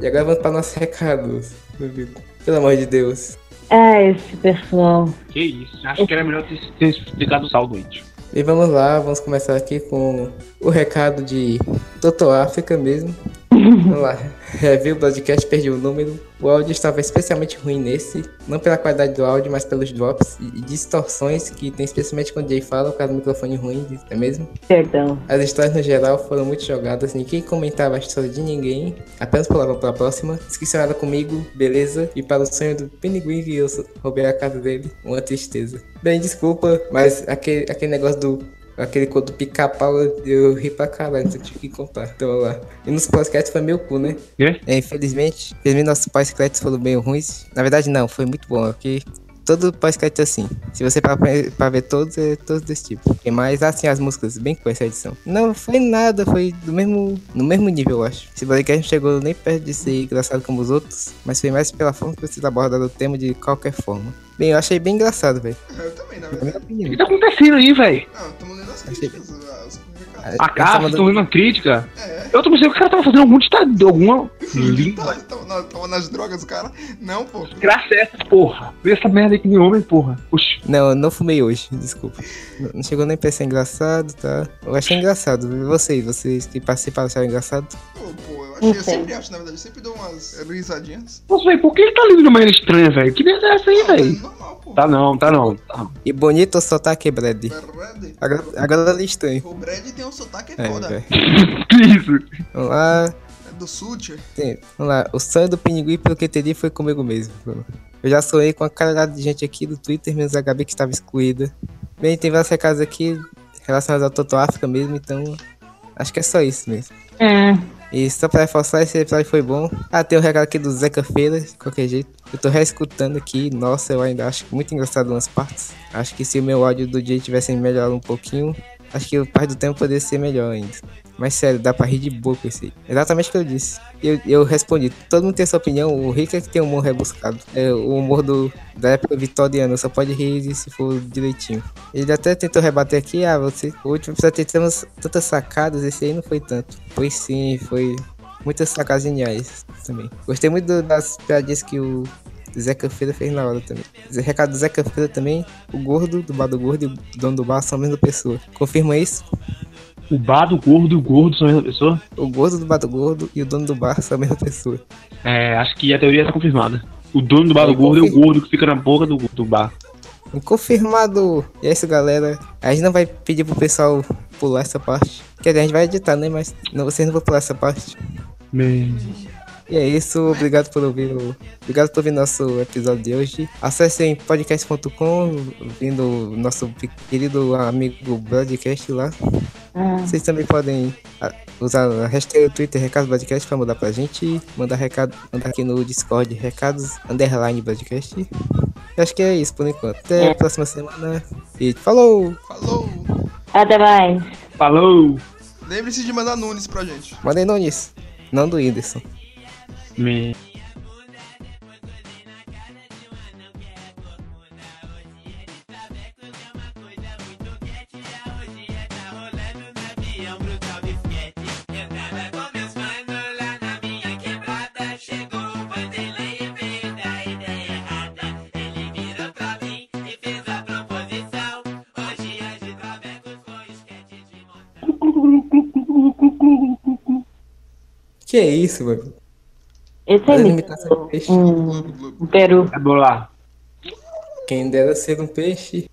D: E agora vamos para nossos recados. meu amigo. Pelo amor de Deus.
B: Ah, esse pessoal.
G: Que isso, acho que era melhor ter, ter explicado o saldo antes.
D: E vamos lá, vamos começar aqui com o recado de Toto África mesmo. vamos lá. Review podcast, perdi o número. O áudio estava especialmente ruim nesse, não pela qualidade do áudio, mas pelos drops e e distorções que tem especialmente quando o Jay fala, por causa do microfone ruim, não é mesmo?
B: Perdão.
D: As histórias no geral foram muito jogadas, ninguém comentava a história de ninguém, apenas pulava pra próxima. Esqueci nada comigo, beleza? E para o sonho do pinguim que eu sou- roubei a casa dele, uma tristeza. Bem, desculpa, mas aquele, aquele negócio do. Aquele cor do pica-pau eu, eu ri pra caralho, então eu tive que contar. Então vamos lá. E nos podcasts foi meu cu, né?
G: Quê?
D: É, infelizmente, infelizmente nossos pós-créditos foram meio ruins. Na verdade, não, foi muito bom, porque todo pós-crédito é assim. Se você parar pra, pra ver todos, é todos desse tipo. E mais assim, as músicas, bem com essa edição. Não foi nada, foi do mesmo, no mesmo nível, eu acho. Esse podcast não chegou nem perto de ser engraçado como os outros, mas foi mais pela forma que vocês abordaram o tema de qualquer forma. Bem, eu achei bem engraçado, velho.
E: Eu também, na
D: Na minha
E: verdade.
G: O que
D: opinião.
G: tá acontecendo aí, velho?
E: Não, estamos lendo as críticas. as- as-
G: A
D: Nós tá
G: casa,
D: mandando-
G: estão lendo a crítica.
E: É.
G: Eu tô pensando que o cara tava fazendo algum ditador, alguma língua.
E: Tá, tava, na- tava nas drogas, o cara. Não, pô.
G: Graça é essa, porra. Vê essa merda aqui de homem, porra. Oxi.
D: Não, eu não fumei hoje, desculpa. Não- Não chegou nem pra ser engraçado, tá? Eu achei engraçado. E vocês, vocês que participaram acharam engraçado?
E: Pô, pô, eu, achei, eu
B: Não sei.
E: sempre acho, na verdade. Eu sempre dou umas risadinhas.
G: Nossa, velho, por que ele tá lendo de uma maneira estranha, velho? Que merda é essa aí,
E: Não, mas é
G: velho?
E: normal, pô.
G: Tá não, tá não. Tá não.
D: E bonito sotaque, Brad.
E: Brad.
D: Agora, agora ele é estranho.
E: O Brad tem um sotaque
D: É,
E: foda.
D: velho.
G: Que isso?
D: Vamos lá.
E: do Suture.
D: Sim, vamos lá. O sonho do pinguim, pelo que entendi, foi comigo mesmo. Bruno. Eu já sonhei com a cara de gente aqui do Twitter, menos a Gabi que estava excluída. Bem, tem vários recados aqui relacionados ao Toto África mesmo, então acho que é só isso mesmo.
F: É.
B: Hum.
D: E só pra reforçar, esse episódio foi bom. Ah, tem um recado aqui do Zeca Feira, de qualquer jeito. Eu tô reescutando aqui, nossa, eu ainda acho muito engraçado umas partes. Acho que se o meu áudio do dia tivesse melhorado um pouquinho, acho que o parte do tempo poderia ser melhor ainda. Mas sério, dá pra rir de boa com esse aí. Exatamente o que eu disse. Eu, eu respondi, todo mundo tem sua opinião, o Rick é que tem humor rebuscado. É o humor do, da época vitoriana, só pode rir se for direitinho. Ele até tentou rebater aqui, ah, você, o último episódio tentamos tantas sacadas, esse aí não foi tanto. Foi sim, foi muitas sacadas geniais também. Gostei muito do- das piadinhas que o Zeca Feira fez na hora também. Esse Recado do Zeca Feira também, o gordo do bar do gordo e o dono do bar são a mesma pessoa. Confirma isso?
G: O bar do gordo e o gordo são a mesma pessoa?
D: O gordo do bar do gordo e o dono do bar são a mesma pessoa.
G: É, acho que a teoria tá confirmada. O dono do bar do
D: Eu
G: gordo é o
D: confirmo.
G: gordo que fica na boca do, do bar.
D: Confirmado! E é isso, galera. A gente não vai pedir pro pessoal pular essa parte. Quer dizer, a gente vai editar, né? Mas não, vocês não vão pular essa parte. E é isso, obrigado por ouvir o. Obrigado por ouvir nosso episódio de hoje. Acessem podcast.com, vindo o nosso querido amigo Broadcast lá.
B: Hum.
D: Vocês também podem ah, usar a hashtag do Twitter Recados Broadcast pra mudar pra gente. Mandar recado, mandar aqui no Discord Recados Underline Broadcast. Eu acho que é isso por enquanto. Até a próxima semana. E falou!
E: Falou!
B: Até mais.
G: Falou!
E: Lembre-se de mandar Nunes pra gente.
D: Mandei Nunes, não do Whindersson.
G: Me...
D: Que é isso, mano?
B: Esse é
D: Fazendo
B: mesmo.
D: imitação de peixe.
B: Um, um peru.
G: É bolar.
D: Quem dera ser um peixe.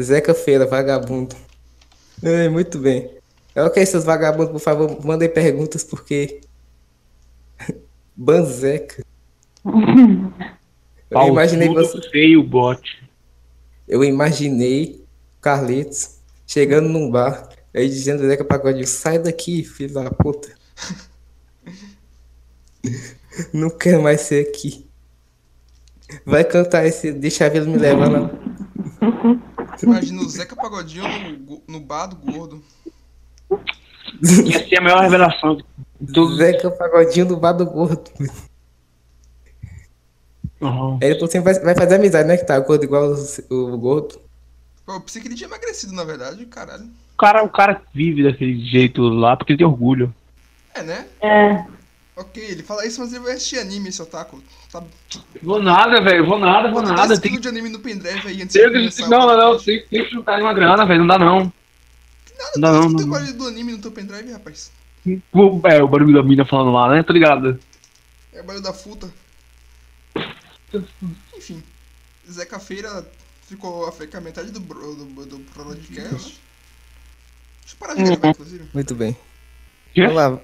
D: Zeca Feira, vagabundo. É, muito bem. Ok, seus vagabundos, por favor, mandem perguntas, porque. Banzeca. Eu imaginei
G: Paulo,
D: você.
G: feio bote.
D: Eu imaginei Carlitos chegando num bar, aí dizendo Zeca Pagodinho, sai daqui, filho da puta. Não quero mais ser aqui. Vai cantar esse Deixa a Vida Me Levar lá.
E: Imagina o Zeca Pagodinho no, go- no bar do gordo.
G: Ia ser a maior revelação do.
D: Zeca Pagodinho do bar do gordo.
G: Uhum.
D: Aí ele falou assim, vai, vai fazer amizade, né? Que tá gordo igual o, o gordo.
E: Pô, Eu pensei que ele tinha emagrecido, na verdade, caralho.
G: O cara, o cara vive daquele jeito lá porque ele tem orgulho.
E: É, né?
B: É.
E: Ok, ele fala isso, mas ele vai assistir anime, esse otaku. Tá,
G: Vou nada, velho. Vou nada, vou
E: bota
G: nada.
E: 10
G: Tem
E: quilos
G: que.
E: de anime no pendrive aí antes
G: tem
E: de
G: que-
E: começar.
G: Não, não, não. Tem tem que juntar uma grana, velho. Não dá não. Não dá não.
E: Tu tem
G: não.
E: barulho do anime no teu pendrive, rapaz?
G: O- É, o barulho da mina falando lá, né? Tô ligado.
E: É o barulho da futa. Enfim, Zeca Feira ficou a feca metade do, bro, do, do, do podcast. Deixa eu parar de gravar, inclusive.
D: Muito bem.
G: Quê?
D: Vamos lá.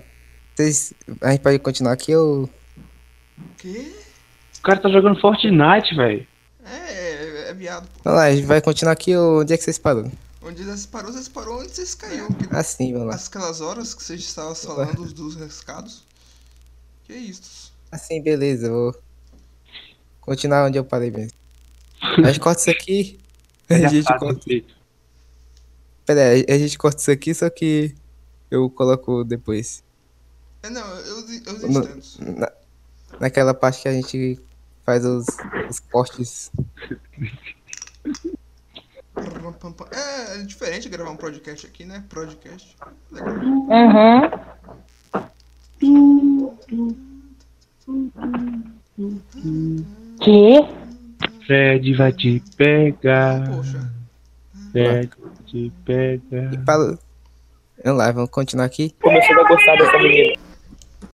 D: Vocês, a gente pode continuar aqui ou...
E: Que?
G: O cara tá jogando Fortnite, velho.
E: É, é, é viado. pô.
D: Vamos lá, a gente vai continuar aqui ou onde é que vocês pararam?
E: Onde você parou, você parou onde você caiu. Que-
D: Assim, vamos lá.
E: Aquelas horas que você estava falando dos- dos rescados. Que isso?
D: Assim, beleza, eu vou... Continuar onde eu parei mesmo. A gente corta isso aqui. A É, gente corta... Pera aí, a gente corta isso aqui, só que... Eu coloco depois.
E: É, não, eu, eu, eu
D: Não.
E: entendo.
D: Na- naquela parte que a gente faz os, os cortes.
E: Pam, pam, pam. É, é diferente gravar um podcast aqui, né? Podcast.
B: Uhum. Que?
G: Fred vai te pegar.
E: Poxa.
G: Fred vai te pegar.
D: Fala- Vamos lá, vamos continuar aqui.
K: Começando a gostar dessa menina.